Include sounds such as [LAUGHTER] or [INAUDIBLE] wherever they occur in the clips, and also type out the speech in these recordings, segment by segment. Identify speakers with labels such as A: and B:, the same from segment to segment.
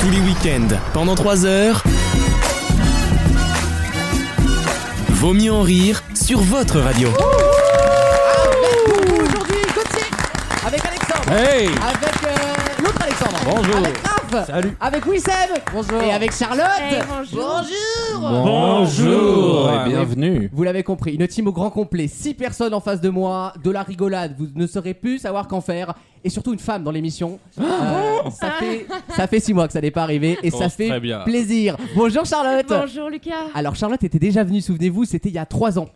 A: Tous les week-ends, pendant 3 heures. Vaut mieux en rire sur votre radio.
B: Avec nous aujourd'hui Gauthier, avec Alexandre,
C: Hey
B: avec euh, l'autre Alexandre,
C: Bonjour.
B: avec Raph,
C: Salut.
B: avec Wissem, bonjour, et avec Charlotte.
D: Hey, bonjour.
B: Bonjour.
C: Bonjour et bienvenue.
B: Vous l'avez compris, une team au grand complet, 6 personnes en face de moi, de la rigolade, vous ne saurez plus savoir qu'en faire, et surtout une femme dans l'émission.
C: Ah,
B: Euh, ça fait ça fait 6 mois que ça n'est pas arrivé, et ça
C: Commence
B: fait
C: très bien.
B: plaisir. Bonjour Charlotte.
D: Bonjour Lucas.
B: Alors Charlotte était déjà venue, souvenez-vous, c'était il y a trois ans.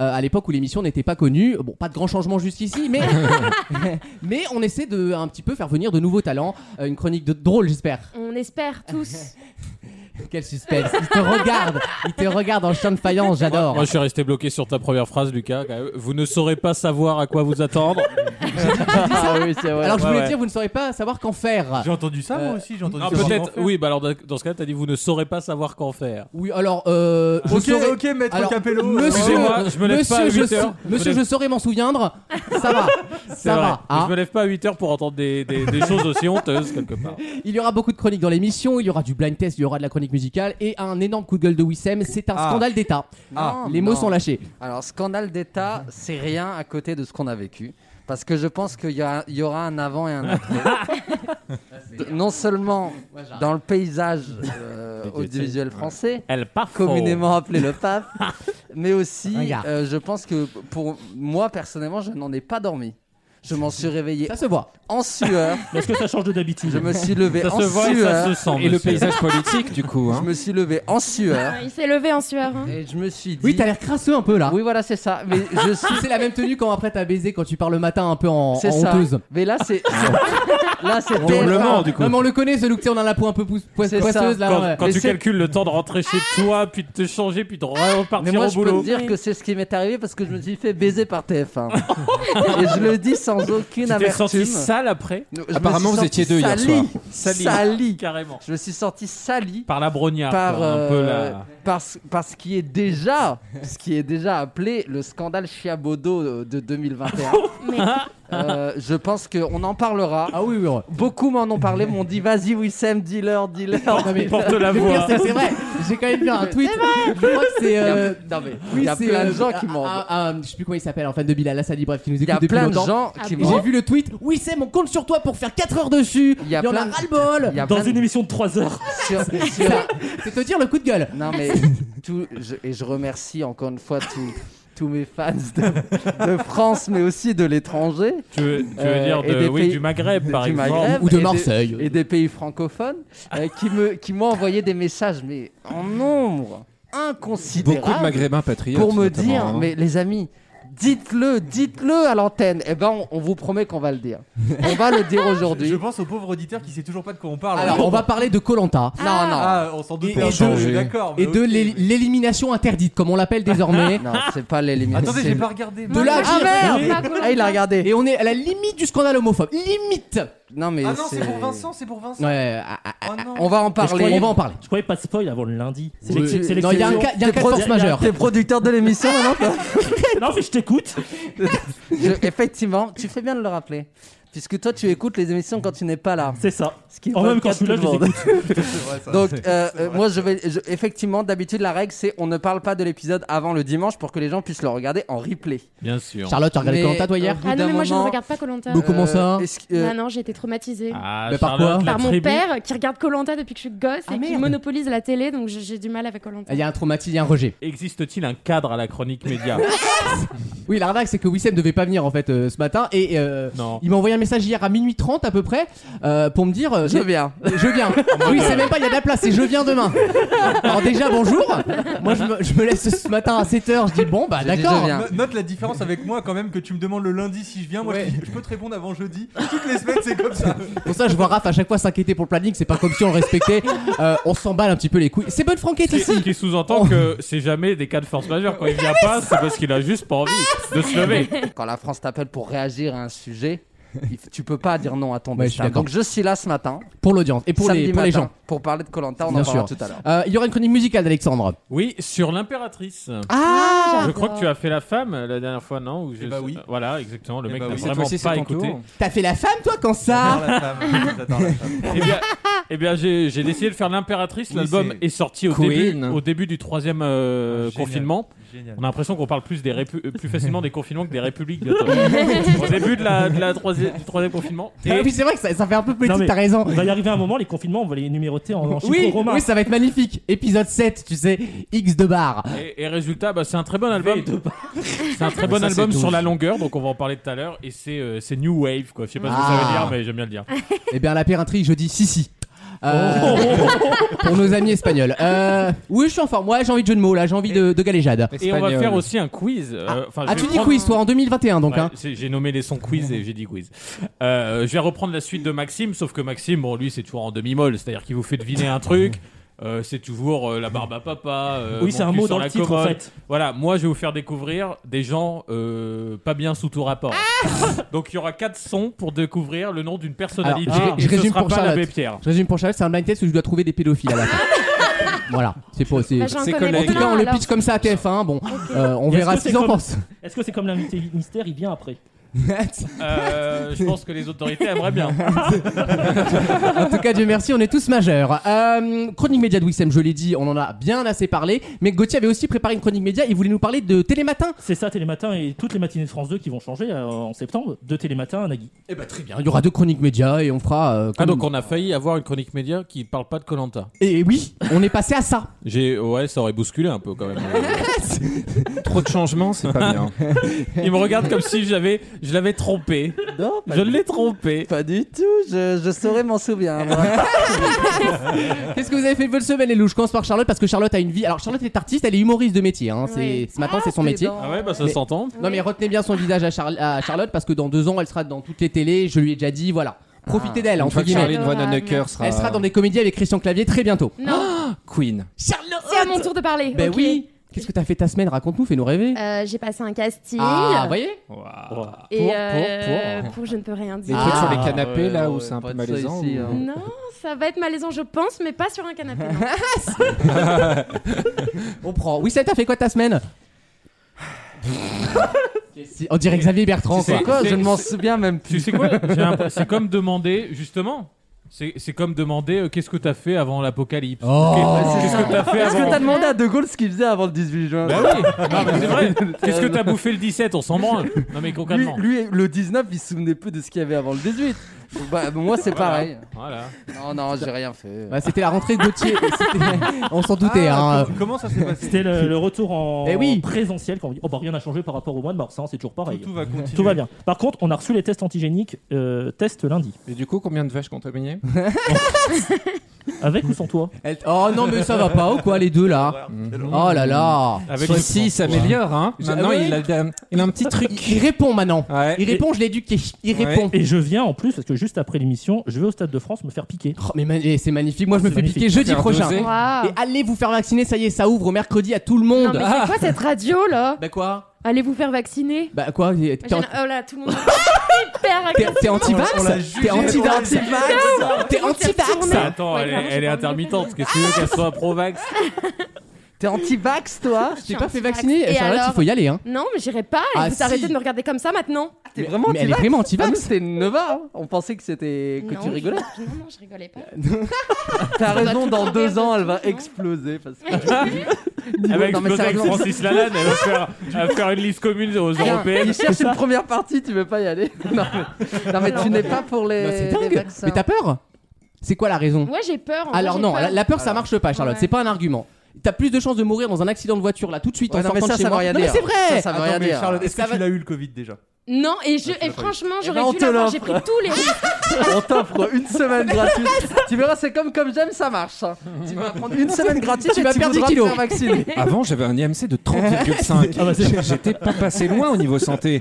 B: Euh, à l'époque où l'émission n'était pas connue, bon, pas de grand changement jusqu'ici,
C: [LAUGHS]
B: mais mais on essaie de un petit peu faire venir de nouveaux talents. Euh, une chronique de drôle, j'espère.
D: On espère tous.
B: Quel suspense Il te regarde, il te regarde en chien de faïence, j'adore.
C: Moi je suis resté bloqué sur ta première phrase Lucas. quand même. Vous ne saurez pas savoir à quoi vous
E: [LAUGHS]
C: attendre.
B: Alors je
C: Ouais,
B: voulais
C: ouais.
B: dire, vous ne saurez pas savoir qu'en faire.
F: J'ai entendu ça
B: Euh,
F: moi aussi, j'ai entendu
C: Ah,
F: ça.
C: peut-être. Oui, bah alors dans ce cas t'as dit vous ne saurez pas savoir qu'en faire.
B: Oui, alors. Euh, je
F: Ok,
B: saurais-
F: ok, maître
B: alors,
F: Capello.
B: Monsieur,
C: Excusez-moi, je me lève
B: monsieur,
C: pas à
B: je
C: 8 heures.
B: sa- Monsieur,
C: Je me
B: je saurais m'en souvenir. Ça va,
C: C'est
B: ça
C: vrai.
B: va. hein.
C: Je me lève pas à 8 heures pour entendre des, des- des choses aussi honteuses quelque part.
B: Il y aura beaucoup de chroniques dans l'émission, il y aura du blind test, il y aura de la chronique musicale et un énorme coup de gueule de Wissem. C'est un
G: Ah.
B: scandale d'État.
G: Ah,
B: Les mots
G: non.
B: sont lâchés.
G: Alors, scandale d'État, c'est rien à côté de ce qu'on a vécu. Parce que je pense qu'il y, a- il y aura un avant et un après. De- non seulement dans le paysage euh, audiovisuel français,
C: Elle part
G: communément appelé
C: [LAUGHS]
G: le pape, mais aussi,
B: Regarde.
G: euh, je pense que pour moi, personnellement, je n'en ai pas dormi. Je m'en suis réveillé
B: Ça se voit.
G: en sueur.
E: Parce que ça change de d'habitude.
G: Je me suis hein. levé
C: Ça
G: en
C: se voit et ça
G: sueur.
C: se sent.
H: Et le
C: monsieur.
H: paysage politique, du coup.
G: Je
H: Hein.
G: me suis levé en sueur.
D: Il s'est levé en sueur. hein.
G: Et je me suis dit.
B: Oui, t'as l'air crasseux un peu là.
G: Oui, voilà, c'est ça.
B: [LAUGHS]
G: Mais je suis.
B: C'est la même tenue quand après t'as baisé quand tu pars le matin un peu en, en
G: C'est ça.
B: honteuse.
G: Mais là,
C: [LAUGHS]
G: c'est. là, c'est
C: Doublement du coup.
B: Non mais on le connaît ce look, tu sais, on a la peau un peu pous- poisse-
G: C'est
B: poisseuse là.
G: ça.
C: Quand,
B: ouais.
C: quand
G: Ah Mais
C: tu
G: c'est- Ah
C: calcules le temps de rentrer chez toi, puis de te changer, puis de
G: Mais
C: repartir
G: moi,
C: au
G: je peux
C: boulot.
G: te dire que c'est ce qui m'est arrivé parce que je me suis fait baiser par TF1. Et je le dis sans aucune
C: Tu t'es
G: amertume.
C: senti sale après
G: Je me
H: Apparemment,
G: suis
H: vous
G: senti
H: étiez deux hier
G: sali.
H: soir.
G: Sali.
C: Carrément.
G: Je me suis sorti sali
C: Par la brognard.
G: par,
C: quoi, un peu
G: euh,
C: la-
G: par, ce- par ce qui est déjà ce qui est déjà appelé le scandale Chiabodo de 2021.
D: Mais-
G: Euh, je pense qu'on en parlera.
B: Ah oui, oui.
G: [LAUGHS]
B: ouais.
G: Beaucoup m'en ont parlé, m'ont dit vas-y Wissem, dealer, dealer.
B: Non, mais-
C: Il porte la
B: Le pire,
C: voix.
B: c'est c'est vrai. J'ai quand même vu un tweet. Je crois que c'est.
G: Il y a-
B: euh,
G: non, mais
B: oui,
G: il y a
B: c'est,
G: plein de
B: euh,
G: gens qui
B: un-
G: m'ont.
B: un- un- Je sais plus comment il s'appelle, en fan de Bilal Hassani, bref, qui nous
G: Il y a
B: écoute depuis
G: plein de
B: longtemps.
G: gens
D: Ah
G: qui
D: bon
B: J'ai
G: m'ont.
B: vu le tweet. Oui, Sam, on compte sur toi pour faire 4 heures dessus.
G: Il y a
B: en a
G: plein de-
B: ras-le-bol.
G: il y a
E: Dans
G: plein de-
E: une émission de 3 heures.
G: sur- sur-
B: C'est c'est te dire le coup de gueule.
G: Non mais tout, je, et je remercie encore une fois tous tous mes fans de, de France, mais aussi de l'étranger,
C: Tu veux, tu veux
G: Euh,
C: dire
G: et
C: de-
G: des
C: oui,
G: pays-
C: du Maghreb, par
G: du
C: exemple.
G: Maghreb
B: Ou de
G: et
B: Marseille.
G: et des pays francophones, euh, qui me qui m'ont envoyé des messages, mais en nombre inconsidérable,
H: Beaucoup de Maghrébins patriotes.
G: pour me
H: notamment,
G: dire,
H: hein.
G: mais les amis. Dites-le, dites-le à l'antenne. Eh ben, on, on vous promet qu'on va le dire. On va le dire
F: Je
G: aujourd'hui.
F: pense au pauvre auditeur qui sait toujours pas de quoi on parle.
B: Alors, on va parler de Colanta
G: Non, non.
F: Ah, on s'en
B: Et-
F: doute.
B: et
H: de-
F: D'accord. mais
B: et de
F: ok,
B: l'é-
F: mais-
B: l'élimination interdite, comme on l'appelle désormais.
G: Non, c'est pas l'élimination.
F: Attendez, j'ai pas regardé.
B: De là à
D: Ah,
B: dire-
D: merde.
B: Oui.
D: Pas Koh-Lanta.
G: Ah, il a regardé.
B: Et on est à la limite du scandale homophobe. Limite
G: Non, mais
F: Ah non, c'est pour Vincent, c'est pour Vincent.
B: Ouais, ah, ah,
F: Oh non.
G: On va en
B: parler-
G: parler.
B: on va en parler.
E: Je croyais pas de spoil avant le lundi. C'est
B: Oui.
E: l'ex- c'est
B: Non, il y a un
E: l'exception.
B: cas, il y a un cas de force
E: Il y a- il y a-
B: majeure.
G: T'es producteur de l'émission maintenant toi
E: Non, mais je t'écoute.
G: Je- Effectivement, tu fais bien de le rappeler. Puisque toi, tu écoutes les émissions quand tu n'es pas là.
E: C'est ça.
G: Ce qui est
E: En même quand je suis là, je les écoute.
G: Donc,
E: [LAUGHS]
G: euh, euh, moi, je vais. je- effectivement, d'habitude, la règle, c'est on ne parle pas de l'épisode avant le dimanche pour que les gens puissent le regarder en replay.
C: Bien sûr.
B: Charlotte, tu as regardé
G: Mais-
B: Colanta toi hier
G: Au bout
D: Ah non,
G: d'un
D: mais moi je ne
G: moment,
D: regarde pas Colanta.
B: Beaucoup- Comment ça
G: est-ce que- euh,
D: non, non, j'ai été traumatisée.
C: Ah,
B: Mais par
C: Charlotte,
B: quoi
C: la
D: Par mon
C: tribu.
D: père qui regarde Colanta depuis que je suis gosse
B: Ah,
D: et qui
B: merde. Ah,
D: monopolise la télé, donc j'ai- j'ai du mal avec Colanta.
B: Il y a un traumatisme, il y a un rejet.
C: Existe-t-il un cadre à la chronique
E: [LAUGHS]
C: média
B: Oui, la l'arnaque, c'est que Wissem devait pas venir en fait euh, ce matin et euh,
E: [LAUGHS]
C: Non.
B: il m'a envoyé un message hier à minuit 30 à peu près euh, pour me dire euh,
G: Je euh, viens.
B: Je
G: [LAUGHS]
B: viens. Oui, c'est même pas, il y a de la place, c'est je viens demain. Alors déjà, bonjour. Moi, je me, je me laisse ce matin à 7h, je dis bon, bah
G: J'ai dit, je
B: d'accord.
G: viens.
F: No- Note la différence avec moi quand même que tu me demandes le lundi si je viens. Moi,
B: Ouais.
F: je, dis, je peux te répondre avant jeudi. Toutes les semaines, c'est
B: [LAUGHS]
F: comme ça.
B: Pour ça, je vois Raph à chaque fois s'inquiéter pour le planning, c'est pas comme si on le respectait. Euh, on s'emballe un petit peu les couilles. C'est bonne franquette
C: Qui,
B: ici.
C: qui sous-entend
E: Oh.
C: que c'est jamais des cas de force majeure. Quand il vient pas, c'est parce qu'il a juste pas envie
E: Ah,
C: de se lever.
G: [LAUGHS] Quand la France t'appelle pour réagir à un sujet, il- tu peux pas dire non à ton
B: Ouais, je suis
G: destin.
B: d'accord.
G: Donc, je suis là ce matin,
B: Pour l'audience et pour,
G: samedi
B: les, pour les
G: matin,
B: gens.
G: pour parler de Colanta. On
B: Bien
G: en parlera
B: sûr.
G: tout à l'heure.
B: Euh, Il y aura une chronique musicale d'Alexandre.
C: Oui, sur l'impératrice.
D: Ah,
C: je crois que tu as fait la femme euh, la dernière fois, non Ou je-
F: bah oui.
C: Voilà, exactement. Le
F: Eh
C: mec
F: bah
C: n'a
F: oui.
H: Cette
C: vraiment
H: fois-ci, c'est
C: pas
H: ton
C: écouté.
H: tour.
B: Ah, T'as fait la femme, toi, quand ça
F: [LAUGHS] J'adore la femme, j'adore la femme.
C: Eh bien, Eh bien, j'ai j'ai décidé de faire l'impératrice.
H: Oui,
C: L'album
H: c'est
C: est sorti au
H: Queen.
C: début, au début du troisième euh,
F: Ah, Génial.
C: confinement.
F: Génial.
C: On a l'impression qu'on parle plus, des répu- euh, plus facilement des confinements que des républiques. bientôt. au début de la, de la troisi- du troisième confinement. Et-
B: Ah oui, c'est vrai que ça, ça fait un peu petit,
E: Non, mais-
B: t'as raison.
E: On va y arriver à un moment, les confinements, on va les numéroter en, en chiffres
B: Oui,
E: romains.
B: oui, ça va être magnifique. Épisode 7, tu sais, X de barre.
C: Et, et résultat, bah, c'est un très bon album. C'est un très
H: Mais
C: bon
H: ça, c'est
C: album
H: douze.
C: sur la longueur, donc on va en parler tout à l'heure. Et c'est euh, c'est New Wave, quoi. Je sais pas ce que ça
B: Ah.
C: veut dire, mais j'aime bien le dire.
B: Eh bien, à la périnterie, je dis si si. Euh, pour nos amis espagnols. Euh, oui, je suis en forme. Ouais, j'ai envie de jeu de mots là, j'ai envie de, de galéjade.
C: Et on va
H: Espagnol.
C: faire aussi un quiz. euh, enfin, je
B: Ah,
C: vais
B: tu dis
C: prendre-
B: quiz, toi, en 2021 donc.
C: Ouais,
B: hein.
C: c'est- J'ai nommé les sons quiz et j'ai dit quiz. Euh, je vais reprendre la suite de Maxime, sauf que Maxime, bon, lui, c'est toujours en demi-molle, c'est-à-dire qu'il vous fait deviner un truc. [LAUGHS] euh, c'est toujours euh, la barbe à papa. euh,
E: oui,
C: mon
E: c'est un
C: cul
E: mot
C: sur
E: dans
C: la
E: le titre en
C: commode.
E: fait.
C: Voilà, moi je vais vous faire découvrir des gens euh, pas bien sous tout rapport.
G: Ah
C: Donc il y aura quatre sons pour découvrir le nom d'une personnalité.
B: Alors, je- je
C: et ce
B: résume
C: sera
B: pour
C: pas
B: Charlotte.
C: l'abbé Pierre.
B: Je résume pour Charles, c'est un blind test où je dois trouver des pédophiles à la [LAUGHS] fin. voilà, c'est pas c'est-
D: Bah, j'en
H: ses
D: connais
B: En tout
D: plein,
B: cas, on le
D: alors.
B: pitch comme ça à TF1. Bon,
D: Ah, Ok.
B: euh, on
E: Est-ce
B: verra
E: que
B: ce
E: c'est
B: qu'ils en
E: comme-
B: pensent. [LAUGHS]
E: Est-ce que c'est comme l'invité mystère, il vient après
C: Euh, je pense que les autorités aimeraient bien.
B: En tout cas, Dieu merci, on est tous majeurs. Euh, chronique média de Wissem, je l'ai dit, on en a bien assez parlé. Mais Gauthier avait aussi préparé une chronique média. Il voulait nous parler de Télématin.
E: C'est ça, Télématin et toutes les matinées de France 2 qui vont changer euh, en septembre, de Télématin à Nagui.
B: Eh ben très bien, il y aura deux chroniques médias et on fera. euh,
C: Ah,
B: comme-
C: donc on a failli avoir une chronique média qui parle pas de Colanta.
B: Et oui, on est passé à ça.
C: J'ai ouais, ça aurait bousculé un peu quand même.
H: Trop de changements, c'est pas bien.
C: Il me regarde comme si j'avais je l'avais trompé.
G: Non, pas,
C: Je l'ai trompé.
G: pas du tout, je, je saurais m'en souvenir. moi.
B: Qu'est-ce que vous avez fait de votre semaine, les louches Je commence par Charlotte parce que Charlotte a une vie. Alors Charlotte est artiste, elle est humoriste de métier. Hein. C'est-
D: Oui.
B: Ce matin, c'est son métier.
C: Ah ouais, bah ça
B: Mais-
C: s'entend.
B: Non mais retenez bien son visage à, Char- à Charlotte parce que dans deux ans, elle sera dans toutes les télés. Je lui ai déjà dit, voilà. Profitez d'elle,
H: Ah, Une
B: entre
H: fois que
B: guillemets.
H: Charlene Van Hanecker sera,
B: Elle sera dans des comédies avec Christian Clavier très bientôt.
D: Non,
H: Queen.
B: Charlotte
D: c'est à mon tour de parler.
B: Ben
D: ok.
B: oui Qu'est-ce que t'as fait ta semaine Raconte-nous, fais-nous rêver.
D: Euh, J'ai passé un casting.
B: ah, vous voyez
D: et
H: pour,
D: euh,
H: pour, pour.
D: pour je ne peux rien
H: Des
D: dire.
H: trucs sur les
E: Ah,
H: canapés
G: ouais,
H: là où
G: ouais,
H: c'est un
G: pas
H: peu
G: de ça
H: malaisant.
G: ici,
H: ou-
G: hein.
D: Non, ça va être malaisant, je pense, mais pas sur un canapé. non.
B: On prend. Oui, ça t'as fait quoi ta semaine Si- On dirait Xavier Bertrand,
C: C'est-
B: quoi.
G: Quoi Je
C: c'est-
G: ne m'en souviens même
C: Tu
G: plus.
C: sais quoi J'ai l'impression- C'est comme demander, justement. C'est c'est comme demander euh, qu'est-ce que t'as fait avant l'apocalypse. Qu'est- Qu'est-ce que t'as fait
G: Est-ce que
C: avant
G: t'as demandé à De Gaulle ce qu'il faisait avant le 18 juin
C: Bah oui, non, mais c'est vrai. Qu'est-ce que t'as bouffé le 17 On s'en branle. Non mais
G: lui,
C: concrètement.
G: lui, le 19, il se souvenait plus de ce qu'il y avait avant le 18. Bah, moi, c'est
C: Voilà.
G: pareil.
C: Voilà.
G: Non, non, j'ai rien fait.
B: Bah, c'était la rentrée de Gauthier. C'était- On s'en doutait,
F: Ah,
B: hein.
F: com- Comment ça s'est passé
E: C'était le, le retour en
B: Eh oui.
E: présentiel quand on dit oh bah rien n'a changé par rapport au mois de mars, hein, c'est toujours
F: Tout,
E: pareil.
F: tout va continuer.
E: Tout va bien. Par contre, on a reçu les tests antigéniques, euh, test lundi.
H: Et du coup, combien de vaches contaminées
E: Avec ou sans toi
B: Elle- Oh non, mais ça va pas, ou quoi, les deux là Oh là là
C: Avec le-
H: Ici, ça s'améliore. Hein.
B: Je-
H: Maintenant,
B: Ah ouais.
H: il, a, de- il a un petit
B: Il,
H: truc.
B: il répond maintenant.
H: Ouais.
B: Il répond, je l'ai éduqué. Il
H: Ouais.
B: répond.
E: Et je viens en plus, parce que juste après l'émission, je vais au Stade de France me faire piquer.
B: Oh, mais man- eh, c'est magnifique, moi je me
E: C'est
B: fais piquer
E: magnifique.
B: jeudi
H: Faire
B: prochain.
H: doser.
D: Waouh.
B: Et allez vous faire vacciner, ça y est, ça ouvre mercredi à tout le
D: Non,
B: monde. Ah,
D: mais c'est quoi cette radio là
B: Bah quoi
D: Allez vous faire vacciner.
B: Bah quoi T'es
D: J'ai-
B: en-
D: Oh là, tout
B: [LAUGHS]
D: le monde hyper
B: t'es-
D: agressif.
B: t'es anti-vax
F: On l'a jugé,
B: T'es anti-vax
F: on l'a jugé.
B: T'es anti-vax
D: tourner.
C: Ça, attends,
D: Ouais,
C: elle,
D: clairement,
C: est-
D: j'ai
C: elle est
D: pas envie de
C: intermittente. Qu'est-ce que tu veux qu'elle soit pro-vax
G: T'es anti-vax, toi
B: T'es pas fait
D: anti-vax.
B: vacciner
D: Et
B: Charlotte, il
D: alors
B: faut y aller, hein.
D: Non, mais j'irai pas. Et
B: Ah,
G: si.
D: vous arrêtez de me regarder comme ça maintenant.
G: T'es vraiment
B: Mais elle est
G: anti-vax
B: vraiment
G: Ah, nous,
B: anti-vax.
G: c'était une Nova. hein. On pensait que c'était que
D: non, [LAUGHS]
G: tu rigolais.
D: je- Non, non, je rigolais pas.
G: T'as
D: doit
G: raison.
D: tout
G: Dans
D: faire
G: deux
D: de
G: ans,
D: tout
G: elle va
D: le monde.
G: exploser parce
B: Euh,
G: que.
C: Elle va
G: Non, mais
C: exploser avec
G: sérieusement.
C: Francis Lalanne. Elle va faire, elle va faire une liste commune aux
G: Tiens,
C: Européennes.
G: il cherche une première partie, tu veux pas y aller [LAUGHS] Non mais, non, Ah, mais tu n'es pas pour les,
B: Bah, C'est
G: les
B: dingue
G: vaccins.
B: Mais t'as peur C'est quoi la raison
D: [LAUGHS] Moi, j'ai peur. en vrai,
B: Alors
D: j'ai
B: non,
D: peur.
B: la, la peur ça marche pas, Charlotte.
D: Ouais.
B: C'est pas un argument. T'as plus de chances de mourir dans un accident de voiture là tout de suite
G: Ouais,
B: en
G: non, mais
B: sortant de
G: ça,
B: chez
G: ça veut
B: moi.
G: rien
B: non Eh, mais
G: dire.
B: c'est vrai.
G: Ça, ça veut
F: Attends,
G: rien
F: mais
G: dire.
F: Charlotte, est-ce
B: Ça
F: que
B: va-
F: tu l'as eu le Covid déjà
D: Non, et, je,
F: Ah, tu
D: et
F: l'as pas eu.
D: franchement,
G: Eh
D: j'aurais
G: ben, on
D: dû
G: te
D: l'avoir. J'ai pris
B: [LAUGHS]
G: l'offre.
D: tous les risques.
G: On t'offre une semaine gratuite. tu verras, c'est comme comme j'aime, ça marche. hein. Tu vas prendre une semaine gratuite
B: Tu
G: et
B: vas
G: tu
B: perdre
G: voudras
B: dix
G: te
B: kilos.
G: faire [LAUGHS] vacciner.
H: Avant, j'avais un IMC de 30,5.
E: Ah bah, c'est-
H: J'- J'étais pas passé loin au niveau santé.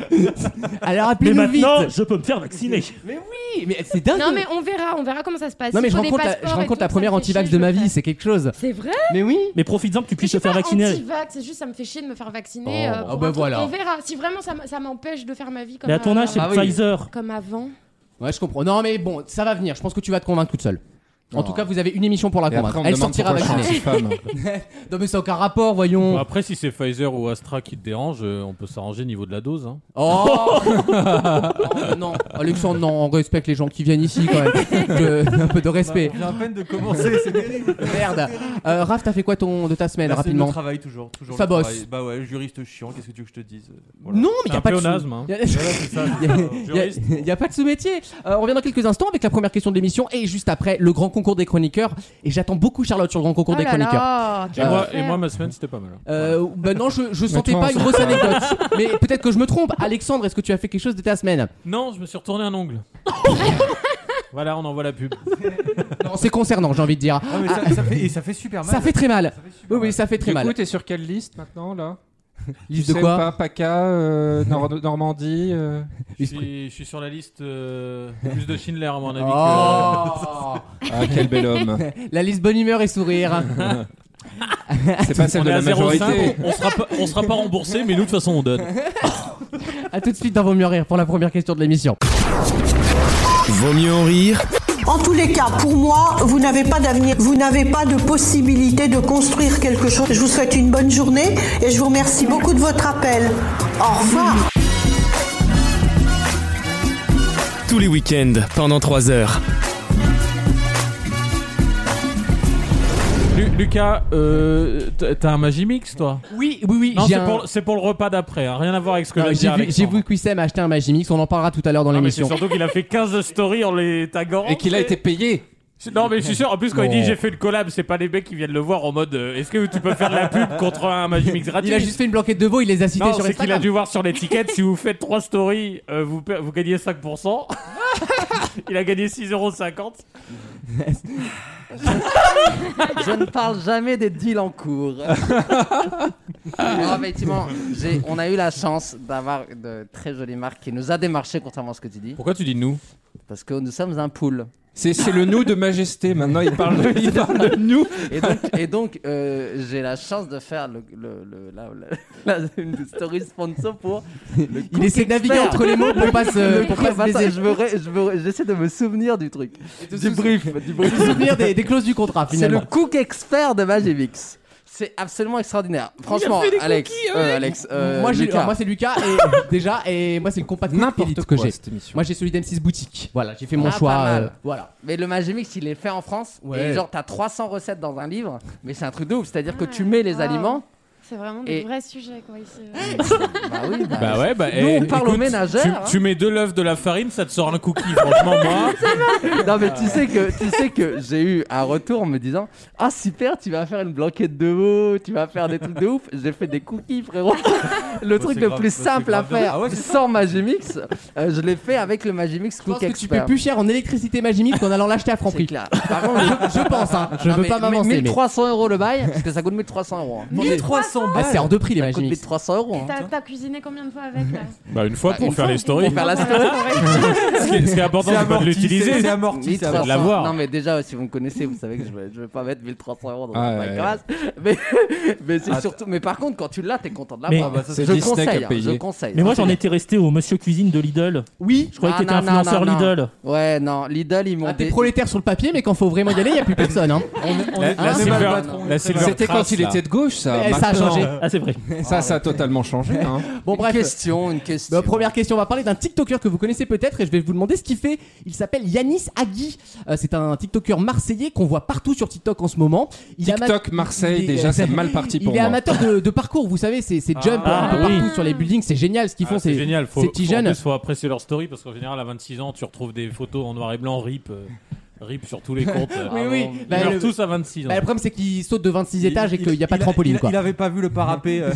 B: Alors
E: Mais
B: appelez-nous vite.
E: maintenant, je peux me faire vacciner.
B: Oui, mais c'est dingue.
D: Non, mais on verra, on verra comment ça se passe.
B: Non, mais
D: Il
B: je
D: faut des
B: rencontre la,
D: passeports
B: je
D: et
B: rencontre
D: tout,
B: la
D: ça
B: première
D: me fait chier,
B: anti-vax
D: je
B: de
D: le
B: ma
D: fais.
B: vie, c'est quelque chose.
D: C'est vrai.
B: Mais oui.
E: Mais profites-en que tu
D: Mais je
E: puisses
D: suis
E: te faire
D: pas
E: vacciner.
D: anti-vax, c'est juste ça me fait chier de me faire vacciner.
B: Oh.
D: euh,
B: Ah
D: pour un
B: bah
D: truc.
B: voilà.
D: On verra. Si vraiment ça m- ça m'empêche de faire ma vie comme
E: Mais à ton
D: euh,
E: âge, c'est
G: Ah oui.
E: Pfizer.
D: comme avant.
B: Ouais, je comprends. Non, mais bon, ça va venir. Je pense que tu vas te convaincre toute seule. En tout cas, vous avez une émission pour la
H: Et après,
B: convaincre.
H: on me
B: Elle
H: demande
B: sortira
H: pourquoi je
B: vaccinée.
H: suis femme.
B: [LAUGHS] Non, mais ça n'a aucun rapport,
C: Bon,
B: voyons.
C: après, si c'est Pfizer ou Astra qui te dérange, euh, on peut s'arranger au niveau de la dose. hein.
B: Oh Non, Non, Alexandre, non, on respecte les gens qui viennent ici quand même. De- un peu de respect.
F: J'ai à peine de commencer, c'est terrible.
B: [LAUGHS] Merde. Euh, Raph, t'as fait quoi ton, de ta semaine
F: Là, Bah. c'est le
B: rapidement [LAUGHS]
F: travail toujours, toujours.
B: Ça
F: le
B: bosse. Ah,
F: travail. Bah ouais, juriste chiant, qu'est-ce que tu veux que je te dise euh, Voilà.
B: Non, mais il
C: C'est
B: a
C: un
B: pas de
C: pléonasme, hein.
B: [LAUGHS] Il
C: Juriste.
B: n'y a, pas de sous-métier. Euh, on revient dans quelques instants avec la première question de l'émission et juste après le grand concours des chroniqueurs. Et j'attends beaucoup Charlotte sur le grand concours
D: Oh Ah
B: des chroniqueurs. Ah.
C: Et, moi, et moi, ma semaine, c'était pas mal.
B: Euh, bah non, je, je sentais
H: toi,
B: pas
H: on
B: une
H: sent
B: grosse
H: pas.
B: anecdote. mais peut-être que je me trompe. Alexandre, est-ce que tu as fait quelque chose de ta semaine
C: Non, je me suis retourné un ongle. [LAUGHS] voilà, on envoie la pub.
B: Non, c'est concernant, j'ai envie de dire.
F: Ah, mais ça, ça fait, et ça fait super mal.
B: Ça fait très mal.
F: Ça fait super
B: Oui, oui,
F: mal.
B: ça fait très
H: du
B: mal.
H: coup, t'es sur quelle liste maintenant là
B: Liste
H: Tu
B: de
H: sais
B: quoi
H: pas, PACA, euh, Nor- Normandie. euh.
C: Je suis, je suis sur la liste euh, plus de Schindler, à mon avis. que-
B: Oh
H: Ah, quel bel homme.
B: La liste bonne humeur et sourire.
H: C'est pas celle
C: On
H: de
C: est à
H: la
C: 0,5,
H: majorité.
C: on, on sera pas, on sera pas remboursé, mais nous, de toute façon, on donne.
B: à tout de suite dans Vos mieux rire pour la première question de l'émission.
A: Vaut mieux en rire
I: En tous les cas, pour moi, vous n'avez pas d'avenir, vous n'avez pas de possibilité de construire quelque chose. Je vous souhaite une bonne journée et je vous remercie beaucoup de votre appel. Au revoir.
A: tous les week-ends pendant 3 heures.
C: Lu- Lucas, euh, t- t'as un Magimix, toi
B: Oui, oui, oui.
C: Non,
B: j'ai
C: c'est
B: un-
C: pour, c'est pour le repas d'après, hein, rien à voir avec ce que
B: Euh,
C: vient de
B: J'ai
C: dire
B: vu, j'ai
C: Alexandre.
B: vu Quissem acheter un Magimix, on en parlera tout à l'heure dans
C: Non, mais c'est
B: l'émission.
C: surtout qu'il a fait 15 stories en les taguant.
H: Et qu'il a été payé.
C: C'est- Non, mais je suis sûr, en plus, quand il dit
H: Non.
C: j'ai fait le collab, c'est pas les mecs qui viennent le voir en mode euh, est-ce que tu peux faire de la pub contre un Magimix gratuit
B: Il a juste fait une blanquette de veau, il les a cités
C: Non,
B: sur
C: c'est qu'il
B: Instagram.
C: a dû voir sur l'étiquette si vous faites 3 stories, euh, vous, per- vous gagnez 5%. [LAUGHS] il a gagné 6,50€.
G: Je ne parle jamais des deals en cours. Alors, Ah, effectivement, j'ai- on a eu la chance d'avoir de très jolies marques qui nous a démarché, contrairement à ce que tu dis,
C: Pourquoi tu dis nous
G: parce que nous sommes un pool.
H: C'est c'est le nous de majesté. Maintenant, il parle de, il parle de nous.
G: Et donc, et donc, euh, j'ai la chance de faire le, le- le- la- la- la- une story sponsor pour. Le
B: Il essaie de naviguer
G: expert.
B: entre les mots pour pas
G: euh,
B: [LAUGHS] se, pour pas se
G: Attends,
B: baiser.
G: je me ré- je me ré- J'essaie de me souvenir du truc. Du brief. Du brief.
B: Se souvenir des, des clauses du contrat
G: C'est le
B: finalement.
G: cook expert de Magimix. C'est absolument extraordinaire. Franchement, Alex, euh, Alex, euh,
B: moi, j'ai-
G: Lucas.
B: alors, moi c'est Lucas et [LAUGHS] déjà et moi c'est le compact Elite
H: N'importe
B: que
H: quoi
B: j'ai.
H: cette émission.
B: Moi j'ai celui d'M6 boutique. Voilà, j'ai fait mon
G: Ah,
B: choix.
G: pas mal.
B: euh, voilà.
G: Mais le Magimix, il est fait en France.
B: Ouais.
G: Et genre, t'as 300 recettes dans un livre. Mais c'est un truc de ouf. C'est-à-dire que
D: Ah,
G: tu mets les
D: wow.
G: aliments.
D: C'est vraiment
G: Et-
D: des vrais sujets, quoi, ici.
G: Bah oui, bah,
C: Bah ouais, bah.
G: Nous, on parle aux ménagères,
C: Tu,
G: hein.
C: tu mets de l'œuf, de la farine, ça te sort un cookie, franchement, moi.
G: Non mais tu sais que tu sais que j'ai eu un retour en me disant ah super tu vas faire une blanquette de veau tu vas faire des trucs de ouf j'ai fait des cookies frérot le truc
F: c'est
G: le
F: grave,
G: plus
F: ça, c'est
G: simple à
F: grave de ouf.
G: faire
F: Ah ouais, c'est
G: sans Magimix euh, je l'ai fait avec le Magimix
B: Je pense
G: Cook
B: que tu payes
G: Expert
B: plus cher en électricité Magimix qu'en allant l'acheter à
G: c'est
B: Franprix.
G: clair
B: Par contre, je, je pense hein, je
G: Non,
B: veux
G: mais
B: pas m'avancer mais
G: 1300 euros le bail parce que ça coûte 1300 euros hein.
F: 1300
B: Ah,
F: balles.
B: c'est en deux prix les
G: ça coûte
B: Magimix.
G: 1300 euros hein.
D: T'as t'as cuisiné combien de fois avec
C: [LAUGHS]
D: là
C: Bah, une fois
G: Bah,
C: pour
G: une
C: faire
G: fois.
C: les stories.
G: Pour faire la story.
C: Ce qui est, ce qui est important, c'est pas de l'utiliser.
F: c'est c'est amorti, c'est amorti.
G: 1300.
C: de l'avoir.
G: Non, mais déjà, si vous me connaissez, vous savez que je vais, je vais pas mettre 1300 euros dans
H: Ah,
G: un
H: ouais,
G: podcast. [LAUGHS] Mais, mais c'est surtout. Mais par contre, quand tu l'as, t'es content de
E: Mais-
G: l'avoir.
E: Ah, bah,
H: ça,
G: je,
H: c'est Disney qui a
G: conseille, hein,
H: payé.
G: je conseille.
E: Mais moi, j'en étais resté au monsieur cuisine de Lidl.
B: Oui.
E: Je croyais
G: Ah,
E: que t'étais
G: non, non,
E: influenceur
G: non, non.
E: Lidl.
G: Ouais, non, Lidl, ils m'ont.
B: Ah, t'es
G: dé-
B: prolétaire sur le papier mais quand faut vraiment y aller, y a plus personne hein.
C: La, la
B: Ah, c'est
C: silver-
F: mal
G: patron.
C: la silver
H: C'était quand
C: trace,
H: il
C: là.
H: était de gauche, ça.
B: Eh, ça a
H: Maintenant,
B: changé.
E: Ah, c'est vrai.
H: Ça, ça a totalement
B: [LAUGHS]
H: changé. Hein.
B: Bon
G: une
B: bref.
G: question, une question.
B: Bah, première question, on va parler d'un TikToker que vous connaissez peut-être et je vais vous demander ce qu'il fait. Il s'appelle Yanis Agui. Euh, c'est un TikToker marseillais qu'on voit partout sur TikTok en ce moment. Il est ama-
H: TikTok,
B: il
H: Marseille,
B: est-
H: déjà, c'est mal parti
B: Il
H: pour
B: est
H: moi.
B: amateur de, de parcours, vous savez, ces ces jumps
C: Ah,
B: un peu
C: oui.
B: partout sur les buildings, c'est génial ce qu'ils
C: Ah,
B: font.
C: c'est
B: ces-
C: génial, faut,
B: ces petits
C: faut- en
B: jeunes.
C: plus, faut apprécier leur story parce qu'en général, à 26 ans, tu retrouves des photos en noir et blanc, rip, euh, rip sur tous les comptes. euh,
B: Oui,
G: Ah,
B: oui.
G: bon.
C: Ils
B: Bah,
C: meurent
B: le...
C: tous à 26 ans.
B: bah, le problème, c'est qu'il saute de 26 étages et qu'il n'y a pas de
F: il-
B: trampoline,
F: il-
B: quoi.
F: Il avait pas vu
B: [LAUGHS]
F: le parapet. euh,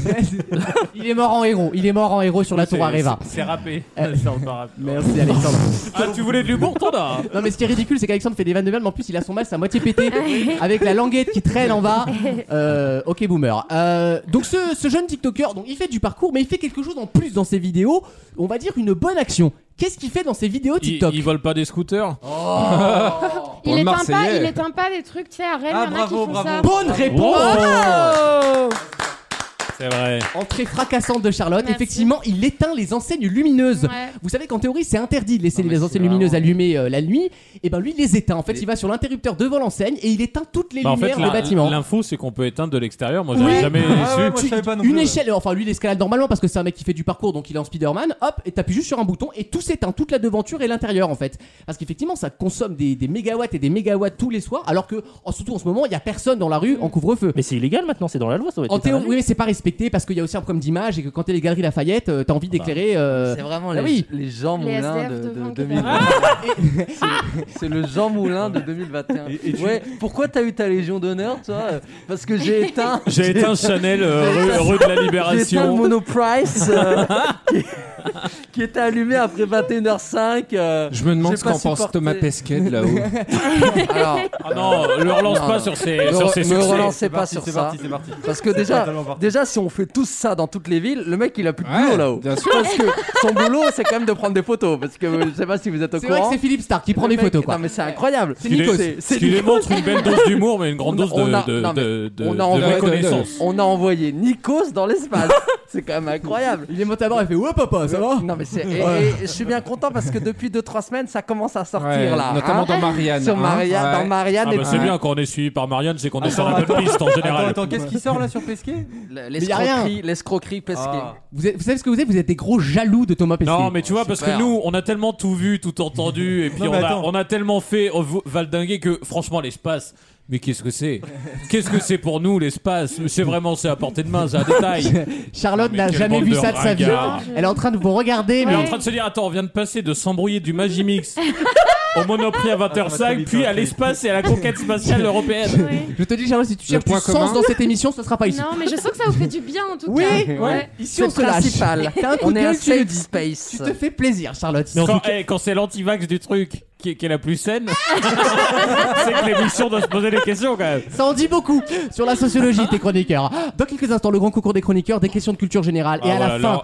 B: Il est mort en héros, il est mort en héros sur la
C: C'est-
B: tour Areva.
C: c'est- C'est râpé.
G: Ah,
B: Euh,
C: Sur le parapluie.
B: Merci Alexandre.
C: Ah, tu voulais de l'humour, t'en as
G: [LAUGHS]
C: hein.
B: Non mais ce qui est ridicule c'est qu'Alexandre fait des vannes de mal mais en plus il a son masque à moitié pété
D: [LAUGHS]
B: avec la languette qui traîne en bas. Euh, ok boomer. Euh, donc ce, ce jeune TikToker, donc il fait du parcours mais il fait quelque chose en plus dans ses vidéos, on va dire une bonne action. Qu'est-ce qu'il fait dans ses vidéos
C: Ils,
B: TikTok
C: ils volent pas des scooters
H: Pour
D: Il
H: le
D: éteint pas,
H: Marseillais.
D: il éteint pas des trucs, tu sais, à Rennes,
F: Ah,
D: il y en a qui
F: bravo,
D: font
F: bravo.
D: ça.
B: Bonne réponse
C: Oh C'est vrai.
B: Entrée fracassante de Charlotte.
D: Merci.
B: Effectivement, il éteint les enseignes lumineuses.
D: Ouais.
B: Vous savez qu'en théorie, c'est interdit de laisser
G: Non, mais
B: les
G: c'est
B: enseignes lumineuses
G: vraiment-
B: allumées euh, la nuit. Et ben lui, il les éteint. En fait, il va sur l'interrupteur devant l'enseigne et il éteint toutes les
C: Bah, en fait,
B: lumières du
C: la-
B: bâtiment.
C: l'info, c'est qu'on peut éteindre de l'extérieur. Moi, j'avais jamais
F: Ah ouais,
C: su.
F: moi, je savais pas non
B: Une
F: plus.
B: échelle, enfin lui il escalade normalement parce que c'est un mec qui fait du parcours donc il est en Spider-Man, hop, et t'appuies juste sur un bouton et tout s'éteint, toute la devanture et l'intérieur en fait. Parce qu'effectivement ça consomme des, des mégawatts et des mégawatts tous les soirs alors que en- surtout en ce moment il y a personne dans la rue en couvre-feu.
E: Mais c'est illégal maintenant, c'est dans la loi, ça doit être
B: En
E: interdit.
B: théorie, oui, mais c'est pas respecté parce qu'il y a aussi un problème d'image et que quand t'es les galeries Lafayette, euh, t'as envie d'éclairer. euh,
G: C'est vraiment
B: ah
G: les,
B: oui.
G: les Jean
D: Les
G: Moulin
D: SDF
G: de, de
D: devant qui
G: 2021. [LAUGHS] C'est- C'est le Jean Moulin de 2021. ouais, pourquoi t'as eu ta Légion d'honneur, toi euh, Parce que j'ai éteint.
C: [LAUGHS] J'ai éteint Chanel euh, rue, rue de la
G: J'ai éteint le
C: Libération.
G: Monoprice
B: [LAUGHS]
G: euh, qui, qui était allumé après 21h05. euh,
H: Je me demande
G: j'ai
H: ce
G: pas
H: qu'en pense
G: supporté.
H: Thomas Pesquet de
B: [LAUGHS]
H: là-haut.
G: Alors,
C: Ah non, le relance
G: Non,
C: pas
G: non.
C: sur ses,
G: Ne
C: sur
G: re-
C: ses
G: ne
C: succès.
G: relance-
F: C'est
G: pas
F: parti,
G: sur
F: c'est
G: ça.
F: parti, c'est parti.
G: parce que déjà,
F: Totalement parti.
G: déjà, si on fait tous ça dans toutes les villes, le mec il a plus de
H: Ouais,
G: boulot là-haut.
H: bien sûr.
G: Parce que son boulot c'est quand même de prendre des photos. Parce que euh, je sais pas si vous êtes au
B: C'est vrai que
G: courant.
B: c'est Philippe Star qui prend
G: Le
B: des
G: mec-
B: photos quoi.
G: Non mais c'est incroyable.
B: C'est
C: Ce qui
B: Nikos.
C: dé-
G: c'est
C: Ce qui démontre une belle dose d'humour, mais une grande
G: On a-
C: dose de,
G: on a-
C: de,
G: non, mais
C: de, de-
G: on a
C: de
G: envoyé-
C: reconnaissance.
G: On a envoyé Nikos dans l'espace. [LAUGHS] c'est quand même incroyable.
B: Il est monté à bord, il fait ouais papa ça va.
G: Non mais c'est et, et je suis bien content parce que depuis 2-3 semaines ça commence à sortir
H: Ouais,
G: là.
H: notamment
G: hein.
H: dans Marianne.
G: sur
H: hein.
G: Marianne,
H: Ouais.
G: dans Marianne
C: Ah
G: et
C: bah c'est
G: tout.
C: bien quand on est suivi par Marianne, c'est
G: Ah,
C: qu'on est sur
F: Attends,
C: la bonne
F: attends.
C: piste en
F: Attends,
C: général.
F: attends, qu'est-ce qui sort là sur
G: [LAUGHS]
F: Pesquet
G: Le-
B: y a rien.
G: L'escroquerie, l'escroquerie pesquée.
F: Ah.
B: Vous, êtes- vous savez ce que vous êtes Vous êtes des gros jaloux de Thomas Pesquet.
C: Non, mais tu vois, parce que
G: super.
C: nous, on a tellement tout vu, tout entendu, et puis
F: Non,
C: on,
F: mais
C: a,
F: attends.
C: on a tellement fait au vo- valdinguer que, franchement, l'espace. Mais qu'est-ce que c'est Qu'est-ce que c'est pour nous l'espace C'est vraiment c'est à portée de main, c'est
B: [LAUGHS]
C: un détail.
B: Charlotte
C: Non, mais
B: n'a
C: quelle
B: jamais
C: bande
B: vu
C: de
B: ça de sa vie.
C: ringards.
B: Elle est en train de vous regarder,
C: On est
B: mais
C: en train de se dire attends, on vient de passer de s'embrouiller du Magimix au Monoprix à
B: Ah,
F: Attends,
C: 20h05,
F: vite,
C: puis à
F: vite.
C: l'espace et à la conquête spatiale européenne.
D: Ouais.
B: je te dis Charlotte, si tu cherches du
H: point
B: sens
H: commun.
B: dans cette émission, ce sera pas ici.
D: Non, mais je sens que ça vous fait du bien en tout
B: Oui,
D: cas.
B: ouais. Ici
G: C'est
B: on
G: le
B: se lâche.
G: principal.
B: [LAUGHS] T'as un coup
G: [LAUGHS] On
B: de
G: est
B: gueule,
G: un
B: tu le
G: safe
B: dis. Tu
G: space.
B: te fais plaisir, Charlotte.
E: Mais en
C: Quand,
E: tout cas-
C: eh, quand c'est l'antivax du truc qui est, qui est la plus saine, c'est que l'émission doit se poser des questions quand même.
B: Ça en dit beaucoup sur la [LAUGHS] sociologie des chroniqueurs. Dans quelques instants, le grand concours des chroniqueurs, des questions de culture générale.
C: Ah
B: et à la fin,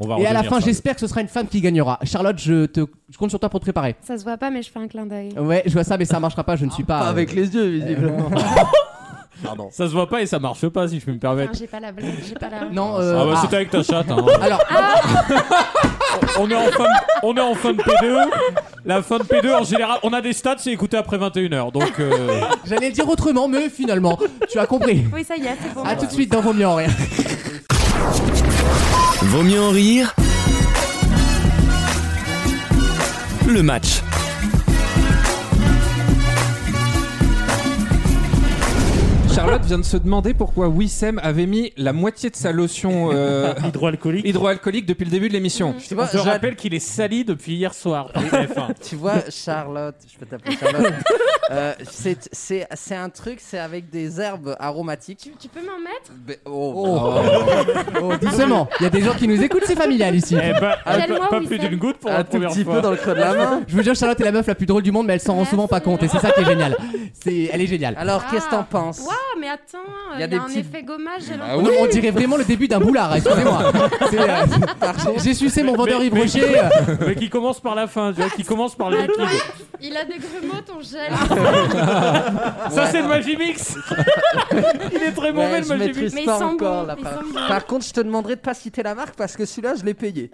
C: on va
B: et à la fin, j'espère que ce sera une femme qui gagnera. Charlotte, je te, je compte sur toi pour te préparer.
D: Ça se voit pas, mais je fais un clin d'œil.
C: Ah
B: Ouais, je vois ça, mais ça marchera pas. Je ne suis pas.
G: Pas
B: euh,
G: avec les yeux visiblement. Pardon.
C: Ça se voit pas et ça marche pas si je peux me permettre.
D: Enfin, j'ai pas la blague, j'ai pas la.
B: Non. euh,
C: ah bah
B: ah.
C: c'était avec ta chatte. hein.
B: Alors,
C: On est en fin de, on est en fin de P2. La fin de P2 en général, on a des stats, c'est écouté après 21h. Donc euh,
B: j'allais le dire autrement, mais finalement, tu as compris.
D: Oui, ça y est, c'est bon.
B: À
C: Ah.
B: tout de suite dans Vos mieux en rire.
A: Vaut mieux en rire. Le match.
H: Charlotte vient de se demander pourquoi Wissem avait mis la moitié de sa lotion
F: [LAUGHS]
H: euh,
E: Hydroalcoolique.
H: hydroalcoolique depuis le début de l'émission.
G: Tu
C: on
G: vois,
C: te
G: Jade-
C: rappelle qu'il est sali depuis hier soir par TF1.
G: tu vois, Charlotte, je peux t'appeler [LAUGHS] Charlotte. Euh, c'est- c'est c'est un truc, c'est avec des herbes aromatiques.
D: Tu peux m'en mettre
G: Be- oh.
B: Oh. Oh, doucement. Il y a des gens qui nous écoutent, c'est familial ici.
C: Eh ben,
D: Ah,
C: pas-
D: moi,
C: pas
D: oui,
C: plus
D: ça.
C: d'une goutte pour
G: Un
C: la
G: tout
C: première
G: petit peu
C: fois.
G: dans le creux de la main.
B: Je veux dire, Charlotte est la meuf la plus drôle du monde, mais elle s'en rend souvent pas compte. Et c'est ça qui est génial. C'est, elle est géniale.
G: Alors,
D: Ah.
G: qu'est-ce que t'en penses
D: Waouh, mais attends, il y a,
G: des
D: un
G: petits- Ah,
D: effet gommage. j'ai l'impression.
B: Oh non, on dirait vraiment le début d'un boulard, excusez-moi. C'est, euh, j'ai- j'ai sucé mon vendeur
C: mais-
B: Yves Rocher.
C: mais-
B: euh,
C: Mais qui commence par la fin, tu vois, qui commence par les liquides.
D: Il a des grumeaux, ton gel.
G: Ah,
C: Ça c'est le Magimix [LAUGHS] Il est très mauvais
G: Ouais,
C: le
G: je
C: Magimix
G: maîtrise
D: Mais ils
G: pas
D: sont
G: encore
D: bons,
G: la
D: ils
G: parole.
D: sont
C: Ah.
D: bons.
G: Par contre, je te demanderai de pas citer la marque parce que celui-là, je l'ai
C: [LAUGHS]
G: payé.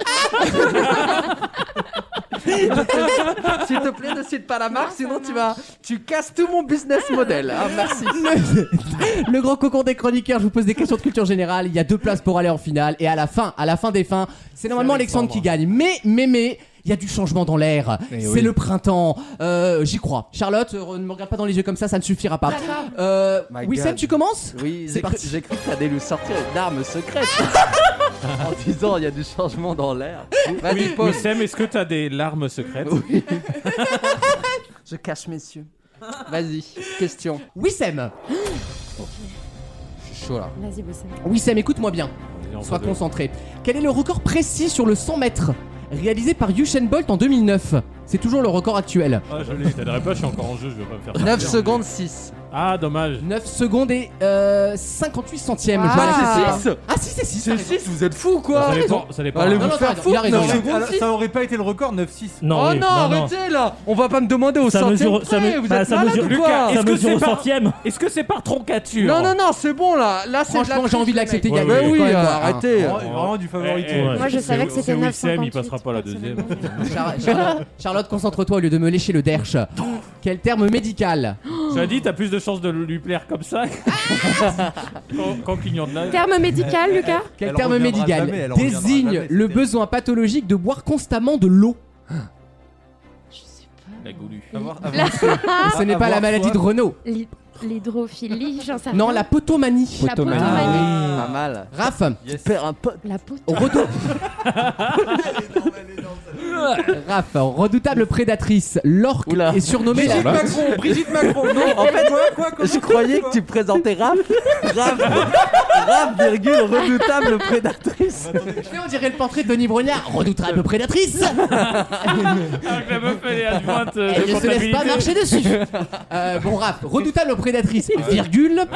G: S'il te plaît, ne cite pas la marque,
D: Non, ça
G: sinon tu vas, tu casses tout mon business model. Ah, merci.
B: Le, le grand concours des chroniqueurs, je vous pose des questions de culture générale. Il y a deux places pour aller en finale. Et à la fin, à la fin des fins, c'est normalement Alexandre qui gagne. Mais, mais, mais. Il y a du changement dans l'air,
H: Eh
B: c'est
H: oui.
B: le printemps, Euh, j'y crois. Charlotte, euh, ne me regarde pas dans les yeux comme ça, ça ne suffira pas.
D: D'accord.
B: Euh,
G: My
B: Wissem,
G: God.
B: tu commences
G: Oui,
B: C'est
G: j'ai cru,
B: parti.
G: j'ai cru que t'allais nous sortir une arme [LAUGHS] secrète. en disant, il y a du changement dans l'air. Vas-y,
C: Oui,
G: pose.
C: Sam, est-ce que t'as des larmes secrètes
G: Oui. je cache mes yeux. Vas-y, question.
B: Wissem,
G: Je suis chaud là.
D: Vas-y, bossez.
B: Wissem, écoute-moi bien. Sois concentré. Quel est le record précis sur le 100 mètres réalisé par Usain Bolt en 2009 C'est toujours le record actuel.
C: Ah, je l'ai, je t'aiderai pas, je suis encore en jeu, je vais pas me faire
G: 9
C: sortir.
G: secondes 6.
C: Ah, dommage.
B: 9 secondes et euh, 58 centièmes.
G: Ah,
B: Voilà,
G: c'est six
B: Ah si, c'est 6.
F: C'est 6, vous êtes fous
C: Ça
F: quoi
C: dépend. Ça dépend.
F: Allez
B: non,
F: vous
B: non, t'as
F: faire
B: raison,
F: foutre
B: il a raison,
F: 9
B: il a
F: secondes, ça aurait pas été le record 9-6.
E: Non,
G: oh
E: Ah oui,
G: non, arrêtez là On va pas me demander au
E: Ça
G: centième
E: mesure, ça
G: près,
E: me-
G: vous
E: bah,
G: êtes
E: ça
G: malade
E: mesure-
G: ou
C: Lucas,
G: quoi
E: Ça
C: Est-ce que
E: mesure au
C: c'est pas-
E: centième.
C: Est-ce que c'est par troncature
G: Non, non, non, c'est bon là Là, c'est de la
B: Franchement, j'ai
G: triche,
B: envie de
G: les
B: l'accepter.
G: mecs.
B: Il y a
G: Bah
B: quand
G: oui,
B: même
G: euh,
B: un-
G: arrêtez
F: Vraiment- Vraiment du favori.
C: Eh, eh,
E: Ouais.
D: Moi, je savais que c'était
C: c'est
D: 9
C: Wissem, il passera pas la deuxième.
B: Char- Charlotte, Charlotte, concentre-toi au lieu de me lécher le derche. Quel terme médical
C: Cela dit, t'as plus de chances de lui plaire comme ça qu'en qu'en clignant de l'œil.
D: Terme médical, Lucas
B: Quel
F: Elle
B: terme
F: reviendra
B: médical
F: jamais, elle reviendra
B: désigne
F: jamais,
B: le
F: cette terre.
B: besoin pathologique de boire constamment de l'eau
D: Je sais pas.
C: La goulue.
F: Ah.
B: Ce n'est pas la maladie de Renault.
D: L'hy- L'hydrophilie, j'en sais rien.
B: Non, la potomanie. Ah.
D: La potomanie.
F: Ah
G: Pas mal.
B: Raph,
G: Faire un pote.
D: La pote.
B: au retour. [LAUGHS] Raph, redoutable prédatrice, l'orque
G: Oula.
B: est surnommée la-
F: Macron, Brigitte Macron, non, en fait, quoi, quoi, comment
G: Je croyais
F: quoi
G: que tu présentais Raph. Raph, Raph, virgule, redoutable prédatrice.
B: Mais on dirait le portrait de Denis Brognard,
C: [LAUGHS]
B: redoutable prédatrice.
C: Alors que la meuf, elle est adjointe euh,
B: Elle
C: de
B: ne se laisse pas
C: comptabilité.
B: marcher
C: [LAUGHS]
B: dessus. Euh, bon, Raph, redoutable prédatrice, virgule,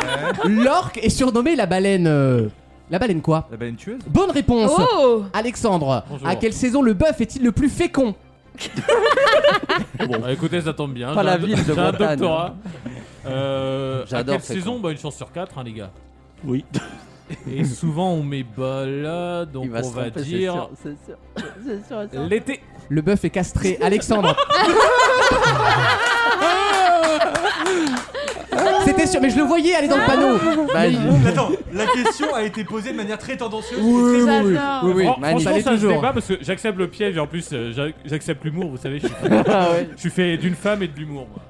B: l'orque est surnommée la baleine. euh, La baleine quoi
F: La baleine tueuse
B: Bonne réponse.
D: Oh
B: Alexandre,
C: Bonjour.
B: à quelle saison le bœuf est-il le plus fécond
C: Bon, bah, écoutez, ça tombe bien.
G: Pas
C: J'ai
G: la
C: un-
G: ville de
C: j'ai un
G: Bretagne. hein.
C: doctorat. Euh, à
G: J'adore
C: quelle
G: cette
C: saison
G: con.
C: bah, Une chance sur quatre, hein, les gars.
E: Oui.
C: [LAUGHS] Et souvent, on met bah là, donc
G: Il va
C: on
G: se
C: va
G: tromper, c'est
C: dire
G: sûr. C'est sûr. C'est sûr, c'est sûr.
C: l'été.
B: Le bœuf est castré. Alexandre. C'était sûr, mais je le voyais aller dans le panneau.
G: Bah, je-
F: Attends, la question a été posée de manière très tendancieuse.
B: Oui, oui, oui.
D: J'adore.
B: Oui, oui.
C: Fran-
G: magnifique.
C: franchement, ça se
B: Toujours.
C: débat parce que j'accepte le piège et en plus, euh, j'ac- j'accepte l'humour. Vous savez, je suis,
G: [LAUGHS] Ah ouais.
C: je suis fait d'une femme et de l'humour, moi.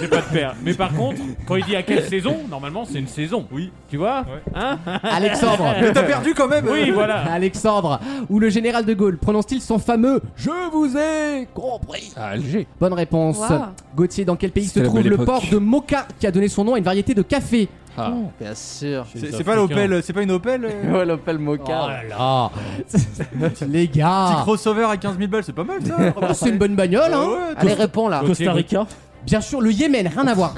C: J'ai pas de père. Mais par contre, quand il dit à quelle saison, normalement, c'est une saison. Oui. Tu vois Hein
B: Alexandre.
F: T'as perdu quand même euh.
C: Oui, voilà.
B: Alexandre, où le général de Gaulle prononce-t-il son fameux Je vous ai compris
H: À Alger.
B: Bonne réponse.
D: Wow.
B: Gauthier, dans quel pays se
H: C'était la
B: trouve
H: belle
B: le
H: époque.
B: port de Mocha qui a donné son nom à une variété de café
H: Ah.
G: Bien sûr.
F: C'est c'est pas l'Opel, c'est pas une Opel euh,
G: Ouais, l'Opel Mocha.
B: là [LAUGHS] Les
F: Petit
D: Ah.
B: gars
F: crossover à 15 000 balles, c'est pas mal ça
B: Oh, C'est une bonne bagnole, hein
F: Ah Ouais,
G: Allez, réponds là.
E: Ah, euh, Costa Rica.
B: Bien sûr, le Yémen, rien à voir.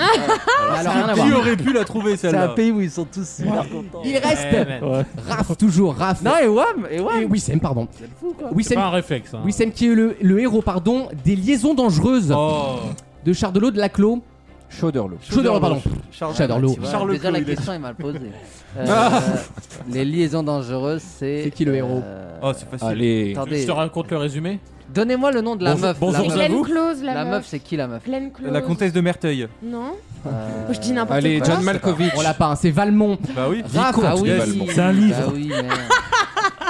B: Alors, rien à
F: Qui
B: voir.
F: aurait pu la trouver
G: C'est un
F: celle-là
G: pays où ils sont tous super contents.
B: Il
D: Eh,
B: reste
E: Ouais.
B: Raph, toujours Raph.
G: Non, et Wam, et
B: Et
G: Wam.
B: Wissem, pardon.
C: C'est pas
B: Wissem,
C: un réflexe. hein.
B: Wissem qui est le, le héros, pardon, des liaisons dangereuses
F: Oh
B: de Chardelot de Laclos.
H: Chauderlo.
B: Chauderlo, pardon. J'adore l'eau.
G: Tu vois,
F: Charles
G: déjà, la
F: Clos, il est-
G: question est mal posée. Euh, les liaisons dangereuses, c'est.
B: C'est qui le héros
G: euh,
F: Oh, c'est facile.
H: Allez.
C: Je
G: Attendez,
C: te raconte le résumé.
G: donnez-moi le nom de la
C: Bonjour-
G: meuf.
C: bonjour,
G: la
C: Zab-
G: meuf,
C: vous
D: Glenn Close, la,
G: la meuf,
D: meuf.
G: c'est qui la meuf
D: Glenn Close.
F: La comtesse de Merteuil.
D: Non Oh,
G: Euh,
D: Je dis n'importe
H: Allez,
D: quoi.
H: John Malkovich.
B: On l'a pas, hein, c'est Valmont.
F: Bah oui.
B: Raph,
H: Vicomte
G: Ah oui,
H: globalement.
E: C'est un livre.
G: Bah oui, merde.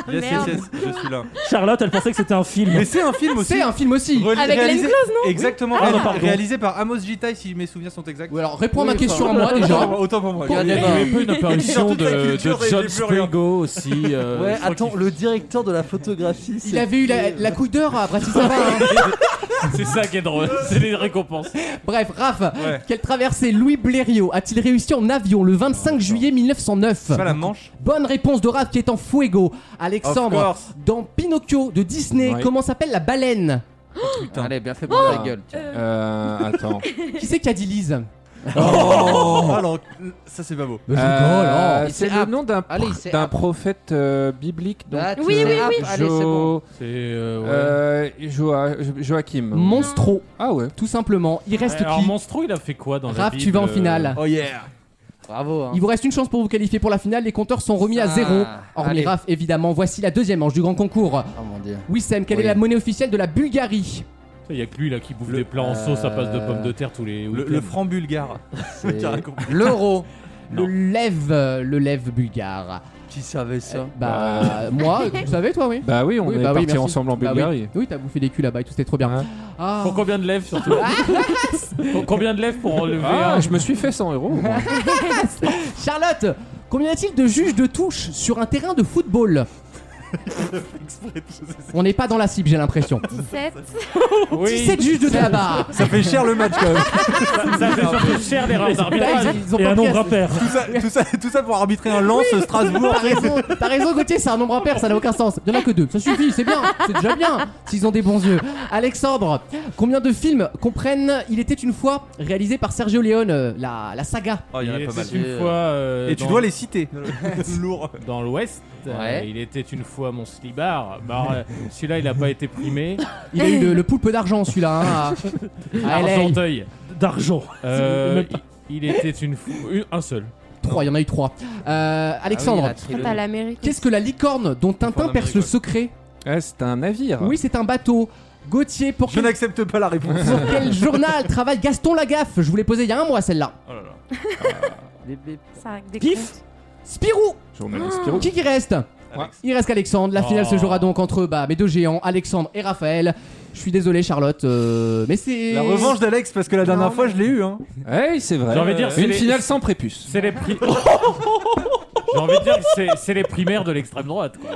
F: Yes, yes,
D: Merde.
F: yes, je suis là.
E: Charlotte, elle pensait que c'était un film.
F: Mais c'est un film aussi.
B: c'est un film aussi.
F: Relé-
D: Avec Glenn
F: réalisé-
D: Close, non
F: Exactement,
E: Ah,
F: ré-
E: non, pardon.
F: réalisé par Amos Gitaï si mes souvenirs sont exacts.
B: Ou alors, réponds à ma
G: Oui,
B: question à
G: enfin,
B: moi
F: Autant- [LAUGHS]
B: déjà.
F: Autant pour moi.
G: Pour-
F: Il y
C: Il
F: a-
C: y a eu une apparition
F: toute la
C: de,
F: culture
C: de
F: et
C: John
F: j'ai plus rien.
C: Sprigo aussi. euh,
G: Ouais,
C: je crois
G: attends,
C: qu'il-
G: le directeur de la photographie.
B: Il
G: c'est-
B: avait eu la, la couille d'heure à Bratislava. hein.
C: C'est ça qui est drôle, c'est les récompenses.
B: Bref, Raph,
F: Ouais.
B: quelle traversée Louis Blériot a-t-il réussi en avion le 25 juillet 1909
F: C'est pas la manche
B: Bonne réponse de Raph qui est en fuego.
F: Of
B: Alexandre,
F: course.
B: dans Pinocchio de Disney,
H: Ouais.
B: comment s'appelle la baleine
F: Putain.
G: Allez, bien fait pour
H: Oh.
G: ta gueule. tiens.
H: Euh, attends.
B: Qui c'est qui a dit Lise
F: Oh Alors, ça c'est pas beau.
B: oh.
H: Euh,
G: Il
H: c'est
G: s'est
H: le
G: app.
H: nom d'un
G: Allez, il s'est
H: d'un
G: app.
H: prophète euh, biblique. Donc,
G: Ah, tu
D: Oui,
G: sais,
D: oui, oui.
G: hop, Allez, c'est bon.
H: Jo-
C: C'est. euh, ouais.
H: euh, Joa- Jo- Joachim.
F: Mm.
B: Monstro,
H: Ah ouais.
B: tout simplement. Il reste
C: Alors,
B: qui
C: Monstro, il a fait quoi dans la
B: Raph,
C: Bible,
B: tu vas en
C: euh,
B: finale.
F: Oh yeah
G: Bravo. hein.
B: Il vous reste une chance pour vous qualifier pour la finale. Les compteurs sont remis à
G: Ah,
B: zéro. Hormis
G: allez.
B: Raph, évidemment. Voici la deuxième manche du grand concours.
G: Oh mon dieu.
B: Wissem, quelle
G: Oui.
B: est la monnaie officielle de la Bulgarie
C: Il y a que lui là qui bouffe des plats en sauce à base de pommes de terre tous les.
F: Le,
C: week-ends.
F: le franc bulgare. [LAUGHS]
G: c'est
F: Qui raconte.
G: L'euro.
B: [LAUGHS] Le lève, euh, le lève bulgare.
G: Qui savait ça
B: Bah,
G: [LAUGHS]
B: moi, vous savez, toi, oui.
H: Bah oui, on
B: Oui,
H: est
B: bah oui,
H: partis
B: merci.
H: ensemble en
B: Bah oui.
H: Bulgarie. Hein
B: oui, t'as bouffé des culs là-bas et tout, c'était trop bien.
H: Ouais.
B: Ah.
C: Pour combien de lèvres surtout Pour combien de lèvres pour enlever
H: Ah,
C: un
H: je me suis fait 100 euros. moi. [LAUGHS]
B: Charlotte, combien y a-t-il de juges de touche sur un terrain de football
F: exprès tout ça.
B: On n'est pas dans la cible, j'ai l'impression.
D: 17.
C: [LAUGHS] Oui,
B: 17 juges de
E: [LAUGHS]
B: tabac
F: Ça fait cher le match quand même.
C: ça fait surtout cher l'erreur
B: Là,
C: d'arbitrage.
B: Bah, ils- ils ont
E: Et
B: pas
E: un
B: de
E: nombre
B: caisse.
E: impair.
F: Tout
H: [LAUGHS]
F: ça, tout ça, tout ça pour arbitrer un lance Strasbourg.
B: T'as
F: [LAUGHS]
B: raison, t'as raison Gauthier, c'est un nombre impair, ça n'a aucun sens. Il n'y en a que deux, ça suffit, c'est bien, c'est déjà bien s'ils ont des bons yeux. Alexandre, combien de films comprennent Il était une fois réalisé par Sergio Leone, euh, la, la saga
F: Oh, il y en a pas mal.
C: était une fois. euh,
F: Et tu
C: dans-
F: dois les [LAUGHS] citer. Lourd.
C: Dans l'Ouest, euh,
G: Ouais.
C: il était une fois mon slibar. Bah, alors, euh, celui-là, il a pas été primé.
B: Il a eu le, le poulpe d'argent celui-là. hein, à- à LA.
C: Argenteuil.
E: D'argent.
C: Euh,
E: Même
C: il, il était une fois. une- Un seul.
B: Trois, il y en a eu trois. Euh, Alexandre,
D: T'as l'Amérique.
B: qu'est-ce que la licorne dont Tintin
F: Enfin,
B: perce
F: l'Amérique,
B: le
F: ouais.
B: secret
H: Ah, c'est un navire.
B: Oui, c'est un bateau. Gauthier, pour
F: Je
B: quel,
F: n'accepte pas la réponse.
B: pour quel journal travaille Gaston Lagaffe Je vous l'ai posé il y a un mois celle-là.
F: Oh là là.
D: Ça a des
E: Pif.
D: comptes.
B: Spirou Ah.
H: Journaliste Spirou.
B: Qui qui reste
F: Alex.
B: Il reste qu'Alexandre. La finale
C: Oh.
B: se jouera donc entre bah, mes deux géants, Alexandre et Raphaël. Je suis désolé, Charlotte, euh, mais c'est.
F: La revanche d'Alex, parce que la dernière fois je l'ai eu. Hein.
H: Ouais, c'est vrai.
C: J'ai envie de dire, c'est
H: Une
C: les-
H: finale sans prépuce.
C: C'est les pri- J'ai envie de dire que c'est, c'est les primaires de l'extrême droite. quoi.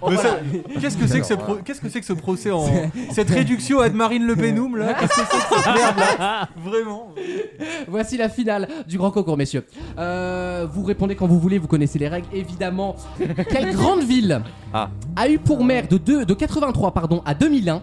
H: Oh,
F: Mais ça- Qu'est-ce que c'est que ce
H: euh,
F: pro- qu'est-ce que c'est que ce procès en cette réduction à de Marine Le Penoum
H: [LAUGHS]
F: là Qu'est-ce que c'est que cette merde là Vraiment.
B: [LAUGHS] Voici la finale du grand concours, messieurs. Euh, vous répondez quand vous voulez, vous connaissez les règles, évidemment.
F: [LAUGHS]
B: Quelle grande ville
F: Ah.
B: a eu pour maire de, deux- de 83 pardon, à 2001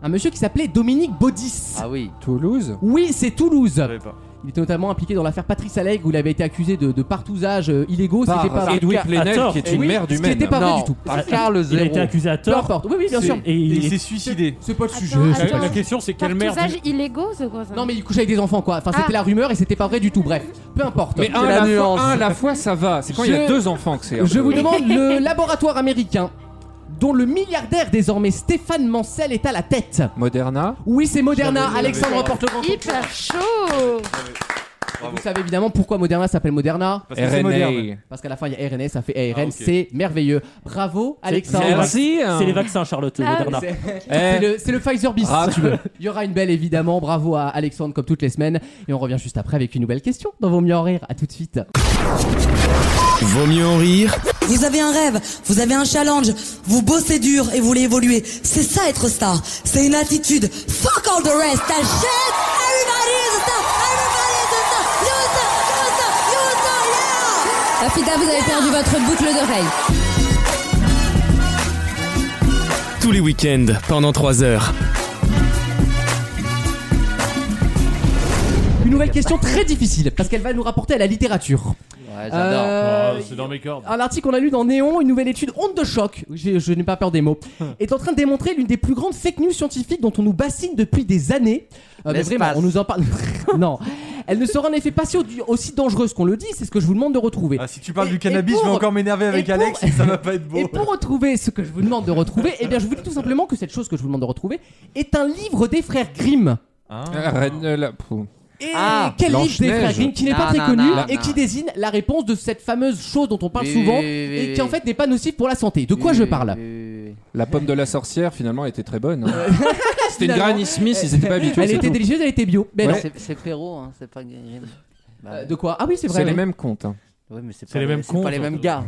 B: un monsieur qui s'appelait Dominique Baudis
G: Ah oui.
H: Toulouse.
B: Oui, c'est Toulouse.
F: savais pas.
B: Il était notamment impliqué dans l'affaire Patrice Allègue où il avait été accusé de, de partousage euh, illégaux.
H: Par
B: C'était pas
H: Edwin Plenel,
E: tort.
H: qui est
B: Eh
H: une
B: oui,
H: mère du
B: ce qui était
H: Maine.
B: pas vrai
G: non,
B: du tout.
G: par Carl
E: Il a
G: Zéro.
E: été accusé à
B: Ah, Peu
E: tort.
B: importe. Oui, oui, bien
E: C'est-
B: sûr.
E: Et
F: Et il
E: il
F: s'est suicidé.
B: C'est pas le
D: Attends,
B: sujet.
D: attends.
B: c'est-
C: La, la question, c'est quelle mère
D: Partousage illégaux, ce quoi ça
B: Non mais il couchait avec des enfants quoi. Enfin c'était
D: Ah.
B: la rumeur et c'était pas vrai du tout. Bref, peu importe.
H: Mais un,
G: la
H: à la
G: nuance.
H: fois, un à la fois, ça va. C'est quand il y
B: Je-
H: a deux enfants que c'est. euh, un
B: Je
H: peu-
B: vous demande le [LAUGHS] laboratoire américain dont le milliardaire désormais Stéphane Mancel est à la tête.
H: Moderna.
B: Oui c'est Moderna. Alexandre remporte le grand. concours.
D: Hyper chaud
B: Vous savez évidemment pourquoi Moderna s'appelle Moderna
F: Parce que c'est moderne.
H: RNA.
C: Oh,
B: parce qu'à la fin il y a RNA ça fait ARN.
F: Ah, ok.
B: C'est merveilleux. Bravo Alexandre.
H: Merci. hein.
E: C'est les vaccins, Charlotte.
D: Ah,
E: Moderna.
B: C'est- C'est
H: Eh,
B: le, c'est le Pfizer Beast,
H: Ah.
B: si tu veux. [LAUGHS] Il y aura une belle, évidemment. Bravo à Alexandre, comme toutes les semaines. Et on revient juste après avec une nouvelle question dans Vos Mieux en Rire. À tout de suite.
A: Vaut mieux en rire
J: Vous avez un rêve, vous avez un challenge, vous bossez dur et vous voulez évoluer. C'est ça être star. C'est une attitude. Fuck all the rest. That shit. Everybody is a star. Everybody is a star. You're a star. You're a star. You're a star. Yeah. Rafida, vous avez perdu votre boucle d'oreille.
A: tous les week-ends pendant 3 heures.
B: Une nouvelle question très difficile, parce qu'elle va nous rapporter à la littérature.
G: Ouais, j'adore.
B: Euh,
C: Oh, C'est dans mes cordes.
B: Un article qu'on a lu dans Néon, une nouvelle étude honte de choc, je, je n'ai pas peur des mots, est en train de démontrer l'une des plus grandes fake news scientifiques dont on nous bassine depuis des années. Euh, mais
G: L'espace.
B: vraiment, on nous en parle. [LAUGHS] non. Elle ne sera en effet pas si au- aussi dangereuse qu'on le dit, c'est ce que je vous demande de retrouver.
F: Ah, si tu parles
B: Et-
F: du cannabis,
B: et pour-
F: je vais encore m'énerver avec
B: et pour-
F: Alex, ça va pas être beau.
B: Et pour retrouver ce que je vous demande de retrouver, eh bien je vous dis tout simplement que cette chose que je vous demande de retrouver est un livre des frères Grimm.
F: hein.
H: Ah, Rennes, euh, là, pou-
B: Et
G: Ah,
B: quel livre des
H: Blanche-Neige.
B: frères Grimm qui n'est pas
G: Non,
B: très
G: non,
B: connu
G: non,
B: et
G: non.
B: qui désigne la réponse de cette fameuse chose dont on parle
G: Oui,
B: souvent
G: oui, oui, oui,
B: et qui en
G: oui.
B: fait n'est pas nocive pour la santé. De quoi je parle
H: La pomme de la sorcière, finalement, était très bonne. hein. [LAUGHS] C'était une
B: Finalement,
H: Granny Smith, ils étaient pas habitués.
B: Elle
H: c'est
B: était
H: tout.
B: délicieuse, elle était bio. Mais
G: Ouais,
B: non.
G: c'est- C'est Frérot, hein, c'est pas Green. Bah,
B: Euh, De quoi Ah oui, c'est vrai.
H: C'est les
B: oui.
H: mêmes contes. hein.
G: ouais, mais c'est
C: c'est
G: pas
C: les mêmes
G: c'est pas les
C: cons,
G: mêmes
C: surtout.
G: gars.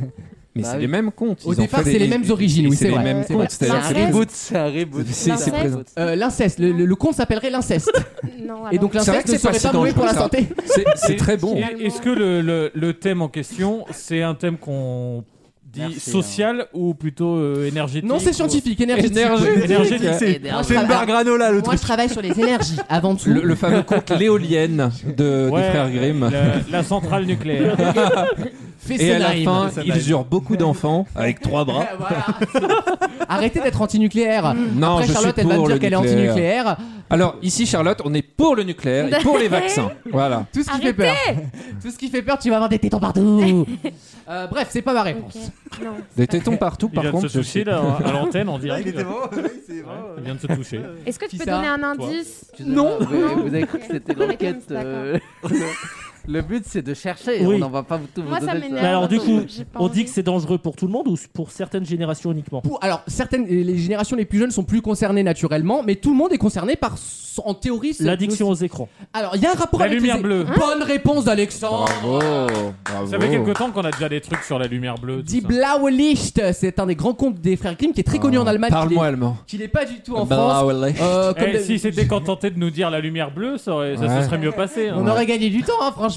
H: Mais
G: Bah
H: c'est
G: oui.
H: les mêmes contes.
B: Au
H: ils en
B: départ,
H: font des-
B: c'est les mêmes origines, oui, c'est
H: les
B: vrai.
H: mêmes
B: C'est
H: contes.
B: vrai.
G: C'est
H: c'est-à-dire
G: un
H: que-
G: reboot, c'est un reboot.
H: C'est- c'est
D: L'inceste.
H: présent.
B: Euh, L'inceste, le, le- le conte s'appellerait l'inceste.
D: Non,
B: Et donc
D: alors-
H: Ah, C'est vrai
B: l'inceste
H: que
B: ne
H: c'est pas
B: serait
H: si
B: pas mauvais pour la
H: dangereux,
B: santé.
H: C'est c'est très bon.
C: Et- Est-ce que le, le- le thème en question, c'est un thème qu'on dit
G: Merci,
C: social ou plutôt euh, énergétique
B: Non, c'est
C: ou-
B: scientifique, énergétique.
H: Énergétique.
C: Énergétique.
F: C'est
G: Énervé.
F: c'est une barre granola le
B: Ah, Moi,
F: truc.
B: je travaille sur les énergies avant tout.
H: Le, le fameux conte l'éolienne
F: euh,
H: de,
C: Ouais,
H: des frères Grimm.
C: La, la centrale nucléaire.
H: Et à la
B: Fessenheim.
H: fin,
F: Fessenheim.
H: ils eurent beaucoup d'enfants avec trois bras.
B: Voilà. Arrêtez d'être anti-nucléaire.
H: Mm. Non,
B: Après,
H: je
B: Charlotte,
H: suis
B: elle va
H: pour
B: me
H: le
B: dire qu'elle est
H: nucléaire.
B: anti-nucléaire.
H: Alors ici, Charlotte, on est pour le nucléaire et pour les
B: [LAUGHS]
H: vaccins. Voilà.
B: Tout ce qui fait peur. Tout ce qui fait peur, tu vas avoir des
H: [LAUGHS]
B: tétons partout. Euh, bref, c'est pas ma réponse.
D: Ok. Non.
H: Des tétons partout,
C: Il vient
H: par
C: de
H: contre.
C: se
H: je
C: toucher
H: sais.
C: là, à l'antenne en
F: Ah,
C: direct.
F: il était vraiment- oui, c'est
C: Ouais,
F: vraiment-
C: il vient de se toucher.
D: Est-ce que tu
B: Qui
D: peux
B: ça
D: donner un indice [LAUGHS]
G: Non Vous avez cru que c'était
D: Non.
G: l'enquête. euh, [LAUGHS] Le but, c'est de chercher.
E: Oui.
G: On n'en va pas tout vous
D: Moi, ça
G: donner.
D: m'énerve.
E: Mais alors du coup,
D: J'ai pas
E: on
D: envie.
E: dit que c'est dangereux pour tout le monde ou pour certaines générations uniquement
B: Pour- alors, certaines, les générations les plus jeunes sont plus concernées naturellement, mais tout le monde est concerné par, son- en théorie, cette
E: L'addiction aux écrans.
B: Alors, il y a un rapport
C: La
B: avec
C: lumière
B: les-
C: bleue.
H: Hein
B: Bonne réponse d'Alexandre.
H: Bravo, bravo.
C: Ça
F: Oh.
C: fait quelque temps qu'on a déjà des trucs sur la lumière bleue. tout
B: Die
C: ça. Ah.
B: Blaue Licht, c'est un des grands contes des frères Grimm qui est très connu en Allemagne. qu'il
H: Parle-moi
B: est-
H: allemand. Bah,
B: Qu'il n'est pas du tout en France. Euh, comme
C: Eh,
B: d'hab-
C: si c'était contenté de nous dire la lumière bleue, ça, aurait- ça
H: Ouais.
C: se serait mieux passé. hein.
B: On aurait gagné du temps, hein, franchement.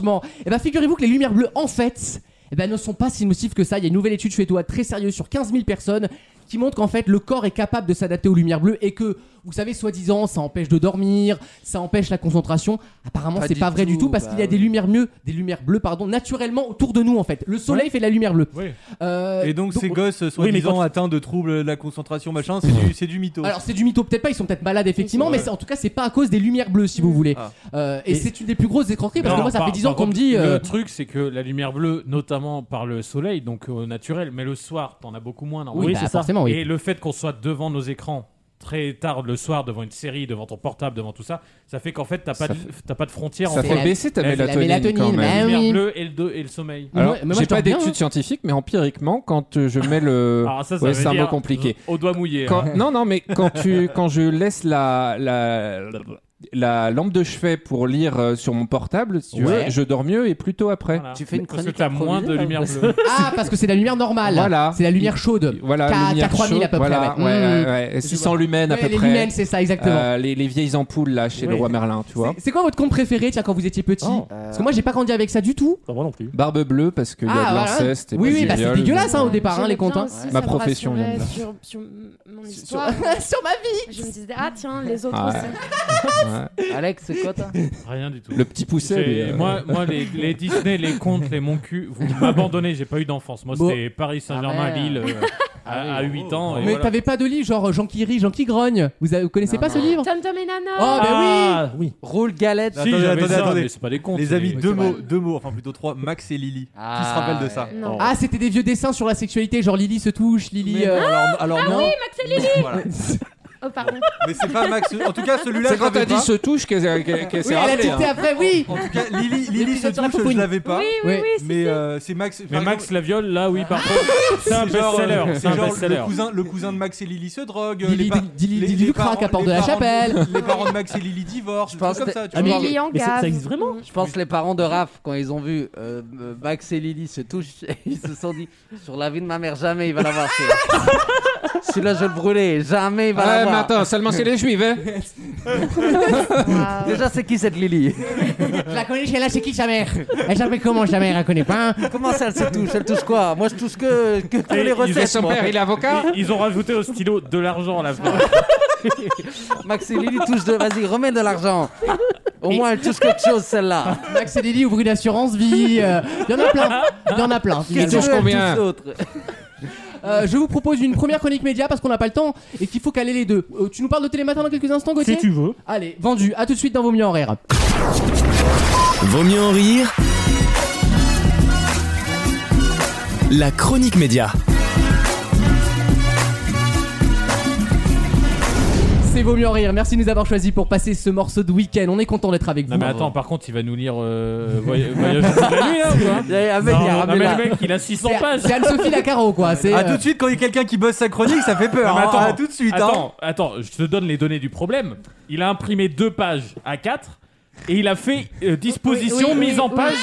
B: Et ben figurez-vous que les lumières bleues, en fait, eh ben, ne sont pas si nocives que ça. Il y a une nouvelle étude suédoise très sérieuse sur 15 000 personnes qui montre qu'en fait, le corps est capable de s'adapter aux lumières bleues et que, vous savez, soi-disant, ça empêche de dormir, ça empêche la concentration. Apparemment,
G: Pas
B: c'est
G: du
B: pas vrai du
G: tout,
B: tout parce
G: bah
B: qu'il y a des
G: oui.
B: lumières mieux, des lumières bleues, pardon, naturellement autour de nous, en fait. Le soleil fait de la lumière bleue.
C: Oui.
B: Euh,
F: Et donc, ces gosses,
E: quand
F: soi-disant
E: tu-
F: atteints de troubles de la concentration, machin,
H: [LAUGHS]
F: c'est du, c'est du mytho.
B: alors c'est du mytho, peut-être pas, ils sont peut-être malades effectivement,
F: Ouais.
B: mais c'est- en tout cas c'est pas à cause des lumières bleues si vous voulez.
F: Ah.
B: Euh, et
E: Et-
B: c'est une des plus grosses escroqueries parce que
C: Non,
B: moi ça
C: par-
B: fait 10 ans
C: par
B: qu'on me
C: contre,
B: dit... euh,
C: Le truc, c'est que la lumière bleue, notamment par le soleil, donc au naturel, mais le soir, t'en as beaucoup moins. normalement.
B: oui,
E: oui,
B: bah,
E: c'est ça.
B: forcément, oui.
C: Et le fait qu'on soit devant nos écrans très tard le soir, devant une série, devant ton portable, devant tout ça, ça fait qu'en fait, t'as pas,
H: Ça
C: de- t'as pas de frontières
H: Ça
C: entre
H: fait
B: la-
H: baisser ta
C: la- la
H: mélatonine,
B: mélatonine,
H: quand
B: mais-
H: même.
C: la
B: Ah
C: lumière
B: oui.
C: bleue et le, do- et le sommeil.
H: Alors,
B: mais moi,
H: j'ai
B: je dors
H: pas
B: bien,
H: d'études
B: hein.
H: scientifiques, mais empiriquement, quand euh, je mets le.
C: Alors ça, ça
H: ouais,
C: veut
H: c'est un
C: dire
H: mot compliqué.
C: Au doigt mouillé.
H: Quand-
C: hein.
H: Non, non, mais quand, tu, quand je laisse la, la, la lampe de chevet pour lire euh, sur mon portable, si tu
B: Ouais.
H: veux, je dors mieux et plus tôt après.
C: Voilà.
G: Tu fais une
C: Parce que
G: chronique
C: t'as
G: à
C: moins de
G: premier,
C: lumière
G: là,
C: bleue.
B: Ah, parce que c'est la lumière normale.
H: Voilà.
B: C'est la lumière chaude.
H: Voilà,
B: Qu'à-
H: lumière
B: qu'à 3000
H: chaude,
B: à peu près,
H: voilà,
B: ouais.
H: ouais,
B: Mmh.
H: ouais, ouais,
B: Je
H: 600 lumens à
B: Ouais,
H: peu
B: les
H: près.
B: lumens, c'est ça, exactement.
H: Euh, les, les vieilles ampoules là chez le
E: Oui.
H: roi Merlin, tu
F: Euh,
H: vois.
B: C'est- c'est quoi votre conte préféré, tiens, quand vous étiez petit Parce que moi, j'ai pas grandi avec ça du tout.
E: Pas moi non plus.
H: Barbe bleue parce qu'il y a
B: Ah,
H: de
B: voilà.
H: l'inceste. et
B: Oui,
H: pas
B: oui,
H: du
B: bah, c'est
H: viol.
B: dégueulasse, hein, au départ, hein,
D: J'aimais
B: les contes.
D: bien
B: hein.
D: aussi,
H: Ma
D: ça me
H: profession,
D: rassurait
H: j'aime
D: Sur, sur m- mon
B: Sur- [LAUGHS]
D: histoire,
B: Sur ma vie
D: je me disais, ah tiens, les autres
H: Ouais.
D: aussi.
H: Ouais.
G: Alex, c'est quoi toi
C: Rien du tout.
H: Le petit pousset.
C: J'ai-
H: lui, euh,
C: Moi, moi les, les Disney, les contes, les mon cul, vous m'abandonnez, j'ai pas eu d'enfance. Moi,
B: Bon.
C: c'était Paris Saint-Germain,
G: Ah, merde.
C: Lille, euh, à, à
F: Ah
C: 8
F: oh,
C: ans. et
B: Mais
C: Ah, voilà.
B: t'avais pas de livre, genre euh, Jean qui rit, Jean qui grogne. Vous, avez- vous connaissez
G: Non,
B: pas ce
G: non.
B: livre
D: Tom Tom et Nana
B: Oh, bah oui
E: ah oui.
G: Roule galette.
C: Si,
F: Attendez,
C: j'avais
F: attendez,
C: ça,
F: attendez.
C: mais c'est pas des contes.
F: Les amis,
C: mais-
F: deux
B: c'est
F: mots,
B: vrai.
F: deux mots, enfin plutôt trois, Max et Lily.
G: Ah,
F: qui se rappelle de ça Oh.
G: ouais.
D: Non.
B: Ah, c'était des vieux dessins sur la sexualité, genre Lily se touche, Lily.
F: Mais
B: euh,
F: non, alors, alors non.
D: Max et Lily
F: Voilà.
D: Oh, pardon.
F: Mais c'est pas Max. En tout cas, celui-là,
H: C'est
F: je
H: quand
F: l'avais
H: t'as dit
F: pas.
H: se touche qu'elle qu'elle- qu'elle
B: Oui,
H: s'est
B: elle a
H: rappelée.
B: dicté
H: hein.
B: après, oui
F: En tout cas, Lily, Lily se
B: L'épisode de la
F: touche, je
B: Fouine.
F: l'avais pas.
D: Oui, oui,
B: Ouais.
D: oui, si,
F: Mais
D: si.
F: euh, c'est Max.
C: Mais
F: par
C: Max
F: exemple,
C: la viole, là, oui, par contre. C'est un
F: c'est genre, euh,
C: best-seller. C'est
F: c'est
C: un
F: genre
C: best-seller.
F: le cousin, le cousin de Max et Lily se drogue. euh,
B: Lily,
F: les pa-
B: Lily,
F: les-
B: Lily
F: les
B: Crac à
F: parents-
B: Porte de
F: les
B: la
F: parents
B: Chapelle.
F: Les parents de Max et Lily divorcent.
G: Je
F: Je
G: pense
F: pense comme
G: que-
F: ça. Tu
E: Ah,
F: vois.
D: Lily en
E: Mais ça, ça
D: gave.
E: existe vraiment
G: Je pense que les parents de Raph, quand ils ont vu euh, euh, Max et Lily se touchent, [LAUGHS] ils se sont dit Sur la vie de ma mère, jamais il va l'avoir. celui-là. Celui-là, je le brûlais, jamais il va
H: Ah, mais
G: l'avoir.
H: attends, seulement c'est les juifs, hein.
D: Waouh.
G: Déjà, c'est qui cette Lily
B: Je la connais, elle a c'est qui sa mère Elle s'appelle comment sa mère, elle connaît pas
G: Comment ça, elle se touche Elle touche quoi Moi, je touche que, que tous
C: Et ils
G: les
H: Et
G: recettes.
H: son
G: moi.
H: père, il est avocat.
C: Ils- Ils ont rajouté au stylo de l'argent à la
F: [LAUGHS]
C: fin.
G: Max et Lily touchent de. Vas-y, remets de l'argent. Au moins, elle touche quelque chose, celle-là.
B: Max et Ah, Lily ouvrent une assurance vie. euh, Il y en a plein. Il y en a plein.
H: touche
B: finalement.
G: Qu'est-ce que tu veux, elle
H: combien
G: touche l'autre
B: Euh, je vous propose une première chronique média parce qu'on n'a pas le temps et qu'il faut caler les deux. Euh, tu nous parles de Télématin dans quelques instants, Gauthier
E: Si tu veux.
B: Allez, vendu. À tout de suite dans Vos mieux en rire.
A: Vaut mieux en rire. La chronique média.
B: C'est Vaut mieux en rire. Merci de nous avoir choisis pour passer ce morceau de week-end. On est content d'être avec vous.
C: Non, mais attends, par contre, il va nous lire euh, Voy- Voyage au bout de la nuit, là, ou pas
G: Il y a-
C: Non,
G: il y a-
C: non, mais
G: ramène-la.
C: le mec, il a 600
B: Ah, C'est-
C: pages.
B: C'est Anne-Sophie Lacaro, quoi. C'est
F: Ah,
B: euh,
F: tout de suite, quand il y a quelqu'un qui bosse sa chronique, ça fait peur.
C: Non, mais
F: hein.
C: attends,
F: Ah, tout de suite. hein.
C: Attends, attends, je te donne les données du problème. Il a imprimé deux pages à 4 et il a fait euh, disposition,
D: Oui, oui,
C: mise en
D: oui,
C: page,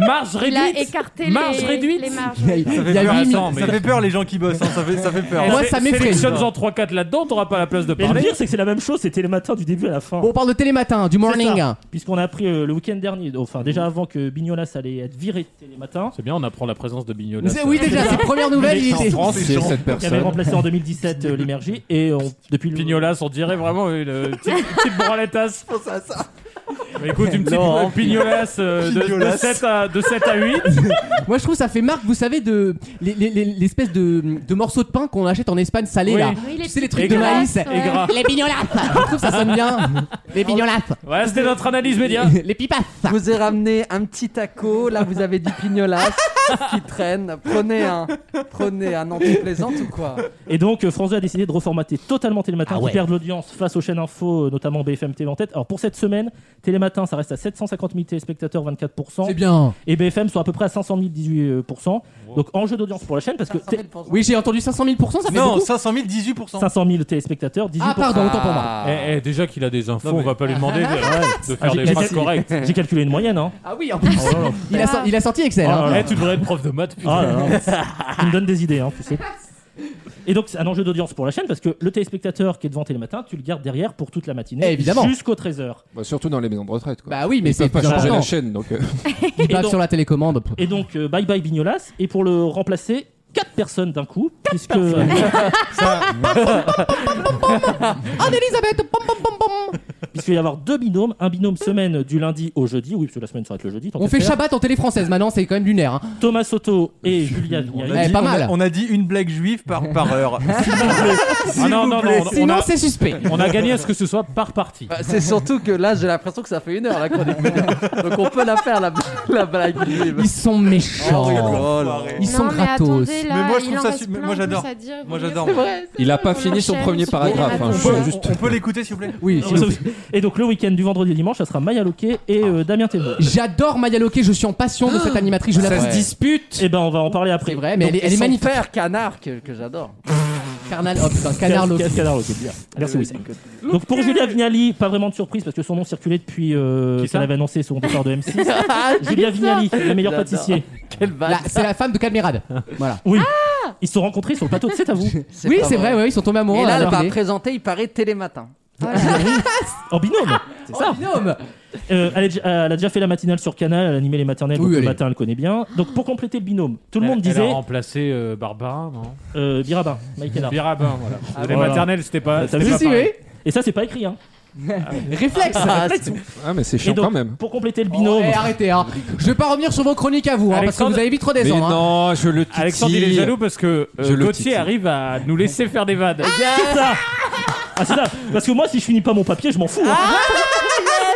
C: marge
D: Il a
C: réduite.
D: écarté
C: Marge
D: les,
C: réduite.
D: les marges.
B: il y a-
F: Ça
B: il
F: fait
B: y a
F: peur.
B: huit-
C: Attends, mais-
F: Ça fait peur les gens qui bossent. hein. Ça fait ça fait
C: Eh,
F: peur.
B: Moi, ça m'effraie.
C: en 3-4 là-dedans, t'auras pas la place de
E: Mais le
C: parler.
E: pire, c'est que c'est la même chose, c'était les matins du début à la fin.
B: Bon, on parle de Télématin, du
E: C'est
B: morning.
E: ça, Puisqu'on a appris euh, le week-end dernier, enfin déjà avant que Bignolas allait être viré de Télématin,
C: C'est bien, on apprend la présence de Bignola.
B: C'est- Oui, déjà, c'est première nouvelle. Il était...
H: France, c'est cette
E: qui avait
H: personne.
E: remplacé en 2017 euh, l'énergie, et on- depuis le.
C: Pignolas, on dirait vraiment une euh, petite, petite branlettasse.
G: à ça.
C: Mais écoute, une petite
G: Non.
C: euh, pignolas, euh, de- de,
F: Pignolas.
C: 7 à, de 7 à 8.
B: Moi, je trouve ça fait marque, vous savez, de les- les- les- l'espèce de, de morceaux de pain qu'on achète en Espagne salé,
C: Oui.
B: là.
D: Oui,
B: Tu sais, les
D: petites
B: trucs de
C: gras.
B: maïs.
C: Et gras.
B: Les bignolapes [LAUGHS] Je trouve que ça sonne bien. Les bignolapes
C: Voilà, c'était notre analyse média.
B: [LAUGHS] Les pipafs
G: Je vous ai ramené un petit taco. Là, vous avez du pignolas. qui traîne. Prenez un, prenez un anti-plaisante ou quoi
E: Et donc, euh, France 2 a décidé de reformater totalement Télématin,
G: Ah ouais.
E: qui perd de l'audience face aux chaînes info, euh, notamment BFM TV en tête. Alors, pour cette semaine, Télématin, ça reste à 750 000 téléspectateurs, 24%.
B: C'est bien.
E: Et BFM sont à peu près à 500 000, 18%. euh, Donc, enjeu d'audience pour la chaîne, parce que.
B: Oui, j'ai entendu 500 000 ça fait beaucoup.
F: 500 000, 18%.
E: 500 000 téléspectateurs, 18%.
B: Ah, pardon, autant pour moi.
C: Eh, eh, déjà qu'il a des infos,
E: Non, mais-
C: on va pas lui demander de, de faire
E: Ah, j'ai-
C: des phrases correctes.
E: J'ai calculé une moyenne, hein.
B: Ah oui, en plus. il, a, sor- il a sorti Excel. hein.
C: oh. Eh, tu devrais être prof de maths. putain.
B: [LAUGHS]
E: Ah, là, là. Tu me donnes des idées, hein, tu sais. Et donc, c'est un enjeu d'audience pour la chaîne parce que le téléspectateur qui est devant Télématin, tu le gardes derrière pour toute la matinée.
B: Eh, évidemment.
E: Jusqu'au 13h.
H: Bah, surtout dans les maisons de retraite. Quoi.
B: Bah oui, mais
H: Ils
B: c'est
H: peuvent pas
B: plus
H: changer
B: important.
H: la chaîne. Donc, euh,
B: Il
E: Et
B: bave
E: donc-
B: sur la télécommande.
E: Et donc, euh, bye bye Bignolas. Et pour le remplacer, quatre personnes d'un coup. puisque...
B: Ah, Elisabeth pom, pom, pom, pom.
E: [LAUGHS] Puisqu'il va y avoir deux binômes, un binôme semaine du lundi au jeudi, oui, parce que la semaine sera le jeudi. tant
B: On
E: qu'à
B: fait
E: faire.
B: Shabbat en télé française maintenant, c'est quand même lunaire. hein.
E: Thomas Soto et Julia
F: On
E: Vignali.
F: a,
B: Eh,
F: dit,
B: pas
F: on a-
B: mal.
F: on a dit une blague juive par, par heure. S'il vous plaît. S'il
C: Ah non,
F: vous
C: non,
F: plaît.
C: non,
B: Sinon,
C: a-
B: c'est suspect.
C: On a gagné à ce que ce soit par partie.
G: Bah, C'est surtout que là, j'ai l'impression que ça fait une heure la chronique. Donc, on peut la faire, la, la blague.
B: Ils sont
G: Oh,
B: méchants.
G: rigole.
B: Ils sont
D: non, mais
B: gratos.
D: attendez, là,
F: Mais moi, je
D: il
F: trouve
D: en
F: ça
D: reste
F: su- moi,
D: plein de
F: j'adore.
D: choses à dire, vous
F: Moi,
D: voulez-
F: j'adore.
D: C'est vrai, c'est
H: il a
D: vrai,
H: pas
D: qu'on
H: fini son
D: enchaîne,
H: premier
D: s'il vous plaît,
H: paragraphe. hein.
D: Nathan.
F: On,
H: Juste-
F: on peut l'écouter, s'il vous plaît
B: Oui, s'il vous plaît.
E: Et donc, le week-end du vendredi au dimanche, ça sera Maya Loquet et euh, Damien Thénault.
B: J'adore Maya Loquet, je suis en passion de cette animatrice, je la
H: Ça
B: trouve
H: se dispute.
E: Et ben, on va en parler après.
B: C'est vrai, Eh, mais elle est, elle est magnifique.
G: Faire canard que, que j'adore.
B: Carnal, oh putain, canard Euh, Loquet.
E: Cas- Canard Loquet, bien. Merci, Wissem. Donc, pour Julia Vignali, pas vraiment de surprise parce que son nom circulait depuis euh,
C: Qui ça
E: qu'elle avait annoncé son départ de M6.
B: [LAUGHS]
E: Julia Vignali, la meilleure
G: J'adore.
E: pâtissier.
G: Quelle
B: La-
G: vanne.
B: C'est la femme de Cadmerade. Voilà.
E: Oui. Ils se sont rencontrés sur le plateau de C'est à vous.
B: Oui,
G: pas
B: c'est vrai, ouais, ils sont tombés amoureux.
G: Et
B: à
G: là,
B: la
G: elle va
B: télé.
G: présenter, il paraît, Télématin.
E: En binôme. Ah.
B: Oh, binôme.
E: Euh, elle, est déjà- elle a déjà fait la matinale sur Canal, elle a animé les maternelles, donc
B: Oui,
E: le
B: elle est-
E: matin elle connaît bien. Donc pour compléter le binôme, tout le monde
C: Elle- elle
E: disait
C: a remplacé euh, Barbara, non
E: euh, Birabin, Mike Hénard.
C: Birabin, voilà. Les
E: voilà.
C: maternelles, c'était pas.
E: T'as
C: c'était
E: vu
C: pas
B: Si,
C: pareil.
B: oui.
E: Et ça c'est pas écrit. Hein.
B: Réflexe.
H: Ah, mais c'est
E: Et
H: chiant
E: donc
H: quand même.
E: pour compléter le
B: Oh,
E: binôme,
B: eh, arrêtez, hein. je vais pas revenir sur vos chroniques à vous, hein, parce que
C: Alexandre-
B: vous allez vite
H: Mais
B: redescendre. hein.
H: non, je le titille.
C: Alexandre, il est jaloux parce que euh,
H: Je le
C: Gauthier
H: titille.
C: arrive à nous laisser faire des vannes.
E: c'est ça. Ah c'est ça. Parce que moi si je finis pas mon papier je m'en fous. hein.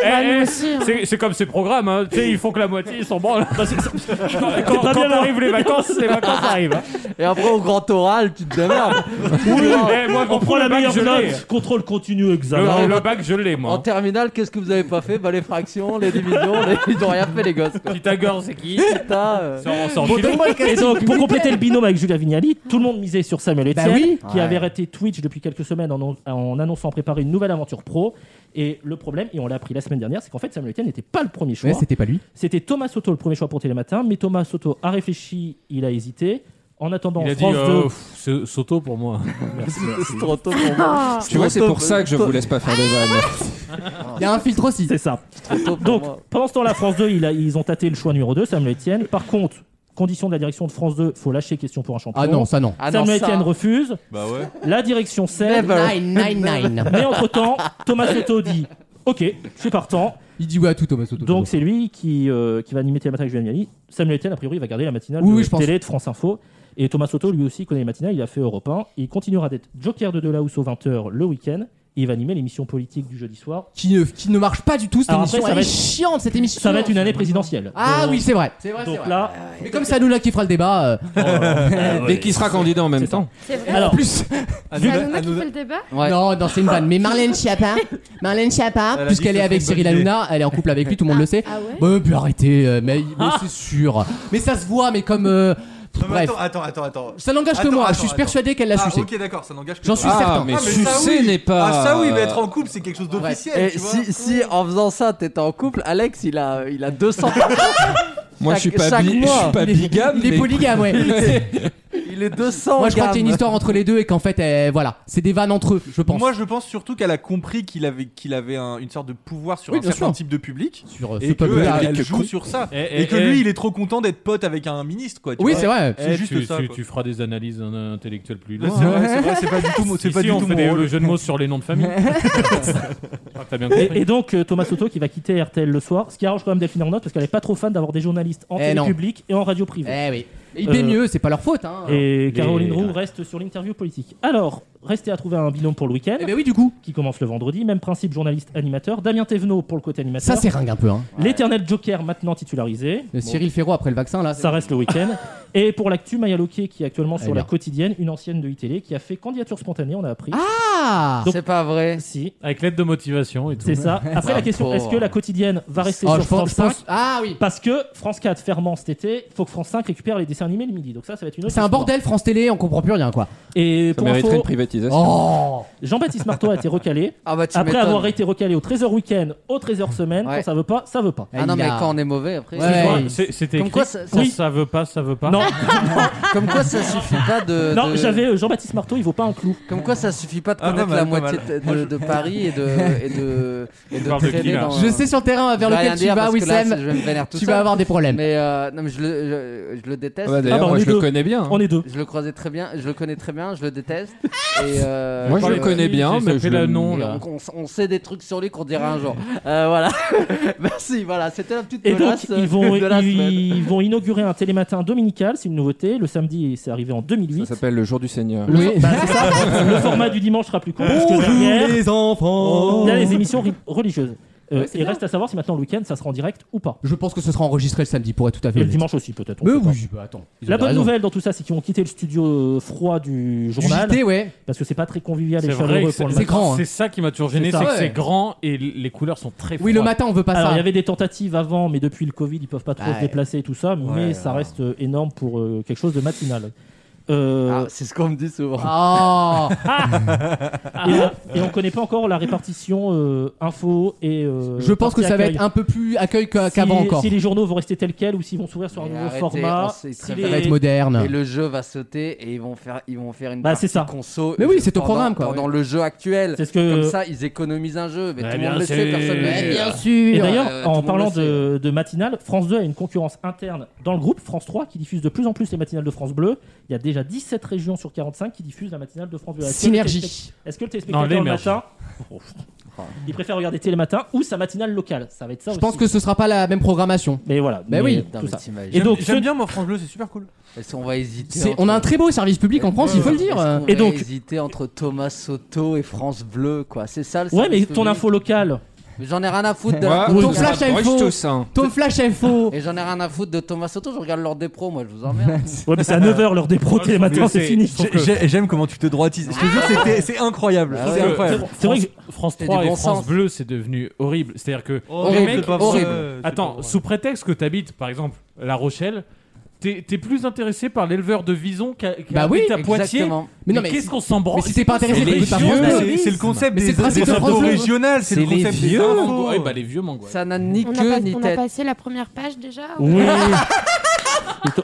C: Eh, eh,
D: nous aussi, hein.
C: c'est- c'est comme ces programmes, hein. tu sais, ils font que la moitié, ils s'en branlent. Quand, quand,
E: pas bien,
C: quand arrivent les vacances, les vacances arrivent. hein.
G: Et après, au grand oral, tu te démerdes.
C: Eh, moi,
E: On prend la
C: le bac,
E: meilleure
C: je l'ai.
E: note. Contrôle continu examen.
C: Le, le bac, je l'ai,
G: En
C: moi.
G: terminale, qu'est-ce que vous avez pas fait Bah, les fractions, les divisions, les- ils ont rien fait, les gosses. Quoi.
C: Pythagore, c'est qui
G: Putain, euh,
C: Ça, on s'en fout.
E: Et donc, pour compléter le binôme avec Julia Vignali, tout le monde misait sur Samuel Etienne,
B: oui.
E: qui avait arrêté Twitch depuis quelques semaines en, en annonçant préparer une nouvelle aventure pro. Et le problème, et on l'a appris la semaine dernière, c'est qu'en fait, Samuel Etienne n'était pas le premier choix.
B: Ouais, c'était pas lui.
E: C'était Thomas Soto le premier choix pour Télématin, mais Thomas Soto a réfléchi, il a hésité. En attendant,
C: Il a dit
E: France 2,
C: euh, pff, c'est Soto pour moi.
G: c'est trop tôt pour moi.
H: Tu vois, c'est pour ça que je vous laisse pas faire des vannes.
B: Il y a un filtre aussi.
E: c'est ça.
G: Trop tôt pour
E: Donc,
G: moi.
E: pendant ce temps-là, France 2, il a- ils ont tâté le choix numéro 2, Samuel Etienne. Par contre, condition de la direction de France 2, faut lâcher question pour un champion.
B: Ah non, ça non.
G: Ah non,
E: Samuel
G: ça,
E: Etienne refuse.
F: Bah ouais.
E: La direction cède.
G: Never.
E: Mais entre-temps, Thomas Soto dit Ok, je suis partant.
B: [LAUGHS] Il dit oui à tout, Thomas Soto.
E: Donc c'est lui qui, euh, qui va animer Télématin avec Julien Vignali. Samuel Etienne, a priori, va garder la matinale
B: Oui,
E: de
B: oui, je pense.
E: télé de France Info. Et Thomas Soto, lui aussi, connaît les matinales. Il a fait Europe 1. Il continuera d'être joker de Delahousse aux 20h le week-end. Et il va animer l'émission politique du jeudi soir.
B: qui ne, qui ne marche pas du tout cette
E: Alors après,
B: émission.
E: ça
B: Elle
E: va
B: est
E: être-
B: chiante cette émission.
E: Ça va être une Euh, année présidentielle.
B: Ah
E: Donc-
B: oui, c'est vrai. C'est vrai, c'est
E: Donc
B: vrai.
E: là,
B: Mais comme c'est Hanouna qui fera le débat, euh,
H: [LAUGHS] Et qui sera candidat en même
E: ça.
H: temps
D: C'est vrai.
E: alors,
B: plus.
D: C'est Hanouna qui fait le débat
G: Ouais.
B: Non, non, c'est une vanne. Mais Marlène Schiappa, Marlène Schiappa,
F: Elle a dit
B: puisqu'elle
F: que
B: est
F: ce
B: avec
F: serait une
B: Cyril
F: bonne idée.
B: Hanouna, elle est en couple avec lui, tout le monde le sait.
D: Ah ouais
B: Bah, puis arrêtez, euh, mais, mais
E: Ah.
B: c'est sûr. Mais ça se voit, mais comme. euh, pff,
F: Non, mais
B: bref.
F: attends, attends, attends, attends.
B: Ça n'engage que
F: Attends,
B: moi,
F: attends,
B: je suis
F: attends.
B: persuadé qu'elle l'a
F: Ah,
B: sucé.
F: ok, d'accord, ça n'engage que
B: J'en
F: toi.
B: suis
F: ah,
B: certain.
H: Ah, mais
F: ah, mais ça,
H: sucer
F: oui.
H: n'est pas.
F: Ah, ça oui, mais être en couple, c'est quelque chose d'officiel.
G: Et
F: tu vois.
G: si, si en faisant ça, t'étais en couple, Alex, il a, il a 200
B: [LAUGHS]
H: Moi, je suis
G: Chaque-
H: pas,
G: chaque
H: bi- je
G: mois.
H: suis pas
B: Il est-
H: bigame.
B: Il est
H: mais-
B: polygame,
F: [LAUGHS]
B: ouais.
G: Il est
B: [LAUGHS]
G: 200
B: Moi, je crois
G: grammes.
B: qu'il y a une histoire entre les deux et qu'en fait, euh, voilà, c'est des vannes entre eux, je pense.
F: Moi, je pense surtout qu'elle a compris qu'il avait, qu'il avait un- une sorte de pouvoir sur
B: Oui,
F: un
B: bien
F: certain
B: sûr.
F: type de public.
B: sur euh, ce
F: Et que
B: peuple-là.
F: elle, elle
H: que
F: joue
H: con.
F: sur ça.
C: Eh,
F: Et,
C: eh,
F: que
C: eh.
F: lui, il est trop content d'être pote avec un ministre, quoi. tu
B: Oui,
F: vois.
B: c'est vrai.
F: Eh,
C: Eh,
F: juste
C: tu,
F: ça,
C: tu-
F: quoi.
C: tu feras des analyses euh, intellectuelles plus
F: C'est
C: loin.
F: vrai, c'est vrai, c'est pas du
C: [LAUGHS]
F: tout, mon- c'est
C: Ici,
F: pas du
C: on
F: tout
C: fait
F: mon
C: des-
F: rôle.
C: le jeu de mots sur les noms de famille. Je crois que t'as bien compris.
E: et, et donc euh, Thomas Soto qui va quitter RTL le soir, ce qui arrange quand même Delphine Arnaud parce qu'elle est pas trop fan d'avoir des journalistes en
B: Eh
E: télé
B: non.
E: publique et en radio privée.
B: Eh oui. Il paie
E: Euh,
B: mieux, c'est pas leur faute. Hein.
E: Et
C: Les-
E: Caroline Roux reste sur l'interview politique. Alors, Restez à trouver un binôme pour le week-end.
B: Eh ben oui, du coup.
E: Qui commence le vendredi. Même principe, journaliste-animateur. Damien Thévenot pour le côté animateur.
B: Ça, c'est ringue un peu, hein.
E: L'éternel Joker, maintenant titularisé.
B: Le Cyril Ferraud après le vaccin, là.
E: Ça reste le week-end. Et pour l'actu, Maya Loquet, qui est actuellement
B: Elle est
E: sur la
B: bien.
E: quotidienne, une ancienne de ITL, qui a fait candidature spontanée, on a appris.
B: Ah
E: C'est
G: pas vrai.
E: Si.
C: Avec l'aide de motivation et tout.
E: C'est ça. Après la question, est-ce que la quotidienne va rester
C: Oh,
E: sur
C: je pense-
E: France
C: je pense-
E: 5
B: Ah oui.
E: Parce que France 4 fermant cet été, faut que France 5 récupère les dessins animés le midi. Donc ça, ça va être une autre.
B: C'est un
E: histoire.
B: bordel, France Télé, on comprend plus rien, quoi.
E: Et pour info-
B: Oh
E: Jean-Baptiste Marteau a été recalé.
G: bah, tu
E: après
G: m'étonnes.
E: avoir été recalé au 13h week-end, au 13h semaine,
G: Ouais.
E: quand ça veut pas, ça veut pas.
G: Ah non, mais quand on est mauvais, après.
C: Excuse-moi, c'est- C'était
G: Comme
C: écrit.
G: quoi, ça- ça-
C: Oui. ça veut pas, ça veut pas.
E: Non.
G: Comme quoi, ça suffit pas de.
E: Non,
G: de-
E: j'avais euh, Jean-Baptiste Marteau, il vaut pas un clou.
G: Comme quoi, ça suffit pas de
E: Ah,
G: connaître
E: pas
G: la
E: mal,
G: moitié
E: pas
G: de,
E: mal.
G: de- de Paris et de et de et de
E: parle de qui,
G: traîner
E: là
G: dans-
B: Je sais sur le terrain vers
G: Je vais
B: lequel
G: rien
B: tu
G: dire
B: vas,
G: parce que là,
B: Wissem.
G: je vais me vénère tout
B: Tu
G: seul.
B: vas avoir des problèmes.
G: Mais euh, non, mais je le, je, je le déteste.
H: Ouais, d'ailleurs, Ah bah, moi, on je est le deux. connais bien, hein. On est deux.
G: Je le croisais très bien, je le connais très bien, je le déteste. Et, euh,
H: Moi, je le connais bien, mais je le-
G: Et On, on- on sait des trucs sur lui qu'on dira un
E: [LAUGHS]
G: jour. Euh, voilà. [LAUGHS] Merci. Voilà, c'était la petite
E: Et donc,
G: menace, euh,
E: ils vont,
G: de la semaine.
E: ils, vont inaugurer un télématin dominical, c'est une nouveauté. Le samedi, c'est arrivé en 2008.
H: Ça s'appelle le jour du Seigneur.
E: Le, for- bah, c'est ça. Le format du dimanche sera plus court. parce que
H: Bonjour
E: derrière,
H: les enfants.
E: Il y a les émissions ri- religieuses. Euh,
B: Ouais, c'est
E: et
B: bien.
E: reste à savoir si maintenant le week-end ça sera en direct ou pas.
B: Je pense que ce sera enregistré le samedi pour
H: Ah,
B: être tout à fait.
E: Et le
B: honnête.
E: dimanche aussi, peut-être. on
B: Mais
E: sait pas.
B: oui, bah attends. ils ont
E: La
B: des
E: bonne
B: raisons.
E: nouvelle dans tout ça, c'est qu'ils ont quitté le studio euh, froid du journal.
B: JT, ouais.
E: Parce que c'est pas très convivial
C: C'est
E: et
C: vrai,
E: chaleureux
C: que
E: pour le
C: c'est
E: matin.
C: C'est ça qui m'a toujours gêné, c'est
E: ça.
C: que c'est
E: Ouais.
C: grand et l- les couleurs sont très froides.
E: Alors, il y avait des tentatives avant, mais depuis le Covid, ils peuvent pas trop
C: Ouais.
E: se déplacer et tout ça, mais
C: Ouais,
E: ça reste euh, énorme pour euh, quelque chose de matinal. Euh,
G: c'est ce qu'on me dit souvent.
B: Ah,
E: Ah. et, là- et on connaît pas encore la répartition euh, info et. euh,
B: Je pense que
E: partie
B: ça va être
E: accueil.
B: un peu plus accueil qu'a-
E: Si-
B: qu'avant encore.
E: Si les journaux vont rester tels quels ou s'ils vont s'ouvrir sur un
G: Mais
E: nouveau
G: arrêtez, on
E: format,
G: sait
E: si
G: très
E: les-
G: bien.
B: moderne.
G: Et le jeu va sauter et ils vont faire, ils vont faire une
E: Bah,
G: partie
E: c'est ça.
G: conso.
E: Mais oui, c'est au
G: pendant-
E: programme, quoi,
G: Pendant
E: oui.
G: le jeu actuel.
E: C'est ce que-
G: Comme ça, ils économisent un jeu. Mais
E: Ouais,
G: tout le
E: Bah, bien
G: monde le sait,
E: sûr.
G: personne ne le
E: Ouais,
G: sait.
E: bien sûr. Et d'ailleurs,
G: Euh, tout le
E: en
G: monde
E: parlant
G: le sait.
E: de, de matinale, France 2 a une concurrence interne dans le groupe. France 3 qui diffuse de plus en plus les matinales de France Bleu. Il y a déjà 17 régions sur 45 qui diffusent la matinale de France Bleu. Est-ce que le
B: Synergie.
E: téléspect- Est-ce que le
C: Non,
E: téléspectateur le
C: l'émerge.
E: matin, il préfère regarder Télématin ou sa matinale locale Ça va être ça
B: Je pense que ce sera pas la même programmation.
E: Mais voilà.
B: Mais oui,
G: Putain,
B: tout
G: mais
B: ça.
G: t'imagines.
E: Et donc,
F: J'aime
E: ce-
F: bien, moi, France Bleu, c'est super cool.
G: Est-ce qu'on va hésiter
B: C'est-
G: entre-
B: On a un très beau service public en France, il faut le dire.
G: Est-ce qu'on
E: Et
G: va
E: donc-
G: hésiter entre Thomas Soto et France Bleu, quoi. C'est ça le
E: Ouais, mais
G: service
E: ton
G: public.
E: info locale.
G: Mais J'en ai rien à foutre de
E: Ouais,
G: la
E: ton
G: Coupe du
E: flash
G: Monde.
E: info. Bruche tous, hein. Ton
B: flash info.
G: Et j'en ai rien à foutre de Thomas Soto, je regarde l'heure des pros, moi, je vous emmerde.
E: [LAUGHS] [LAUGHS] Ouais, mais c'est à 9h l'heure des pros,
F: Mais
E: Télématin, c'est
F: c'est-
E: fini.
F: j'ai- j'ai- J'aime comment tu te droitises. Je te jure, c'était- c'est incroyable.
C: Ah
F: C'est
C: ouais.
F: incroyable.
C: C'est vrai que France
F: C'est du
C: 3 et
F: bon
C: France
F: sens.
C: Bleu, c'est devenu horrible. C'est-à-dire que
F: Horrible,
C: les mecs,
F: c'est pas vrai. Horrible. euh, C'est pas
C: Attends,
F: vrai.
C: sous prétexte que t'habites, par exemple, La Rochelle. T'es t'es plus intéressé par l'éleveur de Vison qu'à qu'à
B: Bah oui,
C: habite à Poitiers.
B: exactement. Mais
C: Mais,
B: non, mais
C: qu'est-ce
B: si-
C: qu'on s'en branle
B: mais si t'es pas
C: C'est
B: intéressé,
C: les
B: t'écoutes pas
C: vieux,
B: France Bleu.
C: c'est-
F: C'est le concept
C: mais
F: des
C: c'est le principe
F: des
C: de France
F: infos
C: Bleu.
F: régionales, c'est le
C: les
F: concept des
C: vieux
F: infos.
C: Mango- Ouais, bah, les vieux mangois.
G: Ça n'a ni
D: On a,
G: queue
D: pas-
G: ni
D: on a
G: tête.
D: passé la première page déjà
E: Oui.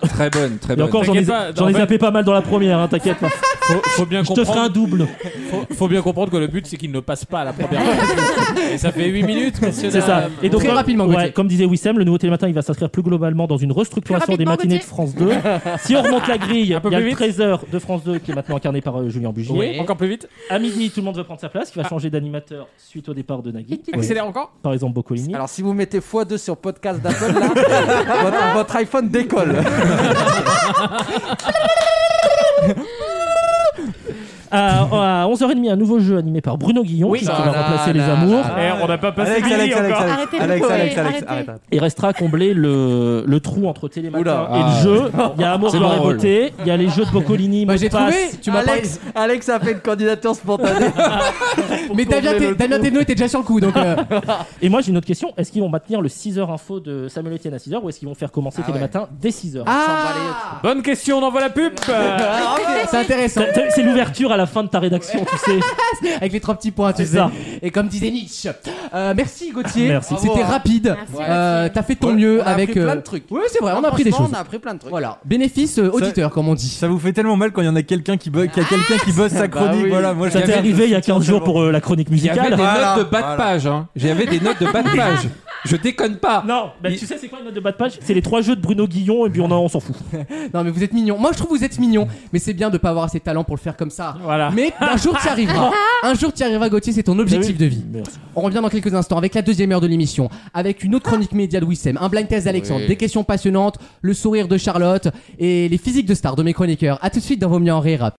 H: Très bonne, très
E: Et
H: bonne.
E: encore, j'en ai, j'en ai zappé pas mal dans la première, hein,
C: [LAUGHS]
E: t'inquiète pas.
C: Faut, faut bien
E: Je te
C: comprendre.
E: ferai un double.
C: Faut, faut bien comprendre que le but c'est qu'il ne passe pas à la première. page. Et ça fait 8 minutes, messieurs.
E: C'est ça.
C: dames.
E: Et donc,
B: Très
E: comme-
B: rapidement,
E: ouais,
B: Gauthier.
E: comme disait Wissem, le nouveau télématin, il va s'inscrire plus globalement dans une restructuration
B: Très
E: des
B: rapidement,
E: matinées de
B: Gauthier.
E: France 2.
B: [LAUGHS]
E: si on remonte la grille,
C: peu
E: il y
C: plus
E: a le
C: vite.
E: 13h de France 2 qui est maintenant incarné par euh, Julien Bugier.
C: Oui. Encore plus vite.
E: À midi, tout le monde veut prendre sa place, qui va changer d'animateur suite au départ de Nagui.
C: Accélère encore.
E: Par exemple, Boccolini.
G: Alors si vous mettez x2 sur podcast d'Apple, là, [LAUGHS] votre, votre
B: [LAUGHS]
G: iPhone décolle.
E: À, à 11h30, un nouveau jeu animé par Bruno Guillon
C: Oui.
E: qui
C: Ah
E: va
C: là là
E: remplacer Les
C: là
E: Amours.
C: là là. Eh, on n'a pas passé
F: Alex,
C: Billy
F: Alex, Alex,
C: encore.
F: Alex,
C: Arrêtez de
F: Alex,
C: couper,
F: Alex, Alex,
C: arrêtez.
F: arrête, arrête.
E: Il restera à combler le, le trou entre Télématin
G: Oula.
E: et
G: Ah.
E: le jeu. Il y a Amour,
G: C'est
E: Gloire
G: mon
E: et
G: rôle.
E: Beauté, il y a les jeux de Boccolini,
C: Bah,
B: Bah,
E: mot de passe.
G: Alex, Alex a fait une candidature spontanée.
B: Mais Damien Té- Damien Thévenot était déjà sur le coup, donc. euh,
E: Et moi j'ai une autre question, est-ce qu'ils vont maintenir le 6h info de Samuel Etienne à 6h ou est-ce qu'ils vont faire commencer
G: Ah
E: Télématin dès 6h
C: Ah.
B: Ah
C: Bonne question, on envoie la pub.
B: Ah, C'est intéressant.
E: T'as- t'as- [LAUGHS] C'est l'ouverture à la fin de ta rédaction, tu sais.
B: Avec les trois petits points, tu
E: C'est
B: sais.
E: ça.
B: Et comme disait Nietzsche. Euh, merci Gauthier.
E: Merci.
B: C'était
E: Bravo, hein.
B: rapide. Euh, T'as fait ton mieux
G: on a
B: avec.
G: appris plein de
B: euh,
G: trucs.
B: Ouais, c'est vrai,
G: Non,
B: on a appris des
G: franchement,
B: choses.
G: On a appris plein de trucs.
B: Voilà. Bénéfice euh, auditeur, comme on dit.
F: Ça vous fait tellement mal quand il y en a quelqu'un qui bug, qu'il y a quelqu'un qui buzz sa
G: Bah
F: chronique.
G: oui.
F: Voilà, moi
E: Ça
F: je
E: t'est
F: l'avais-
E: arrivé il y a 15 jours pour euh, la chronique musicale.
H: J'avais des
F: Voilà.
H: notes de bas de
F: Voilà.
H: page. Hein. J'avais des notes de bas de page. Je déconne pas.
E: Non, bah, tu sais c'est quoi une note de bas de page C'est les trois jeux de Bruno Guillon et puis on, en- on s'en fout.
B: Non, mais vous êtes mignon. Moi, je trouve que vous êtes mignon. Mais c'est bien de pas avoir assez de talent pour le faire comme ça. Mais un jour, tu y
G: Ah,
B: arriveras. un jour, tu y arriveras, Gauthier. C'est ton objectif de vie. On revient dans quelques instants avec la deuxième heure de l'émission, avec une autre chronique média de Wissem, un blind test d'Alexandre,
H: Oui.
B: des questions passionnantes, le sourire de Charlotte et les physiques de stars de mes chroniqueurs. À tout de suite dans Vos mieux en rire.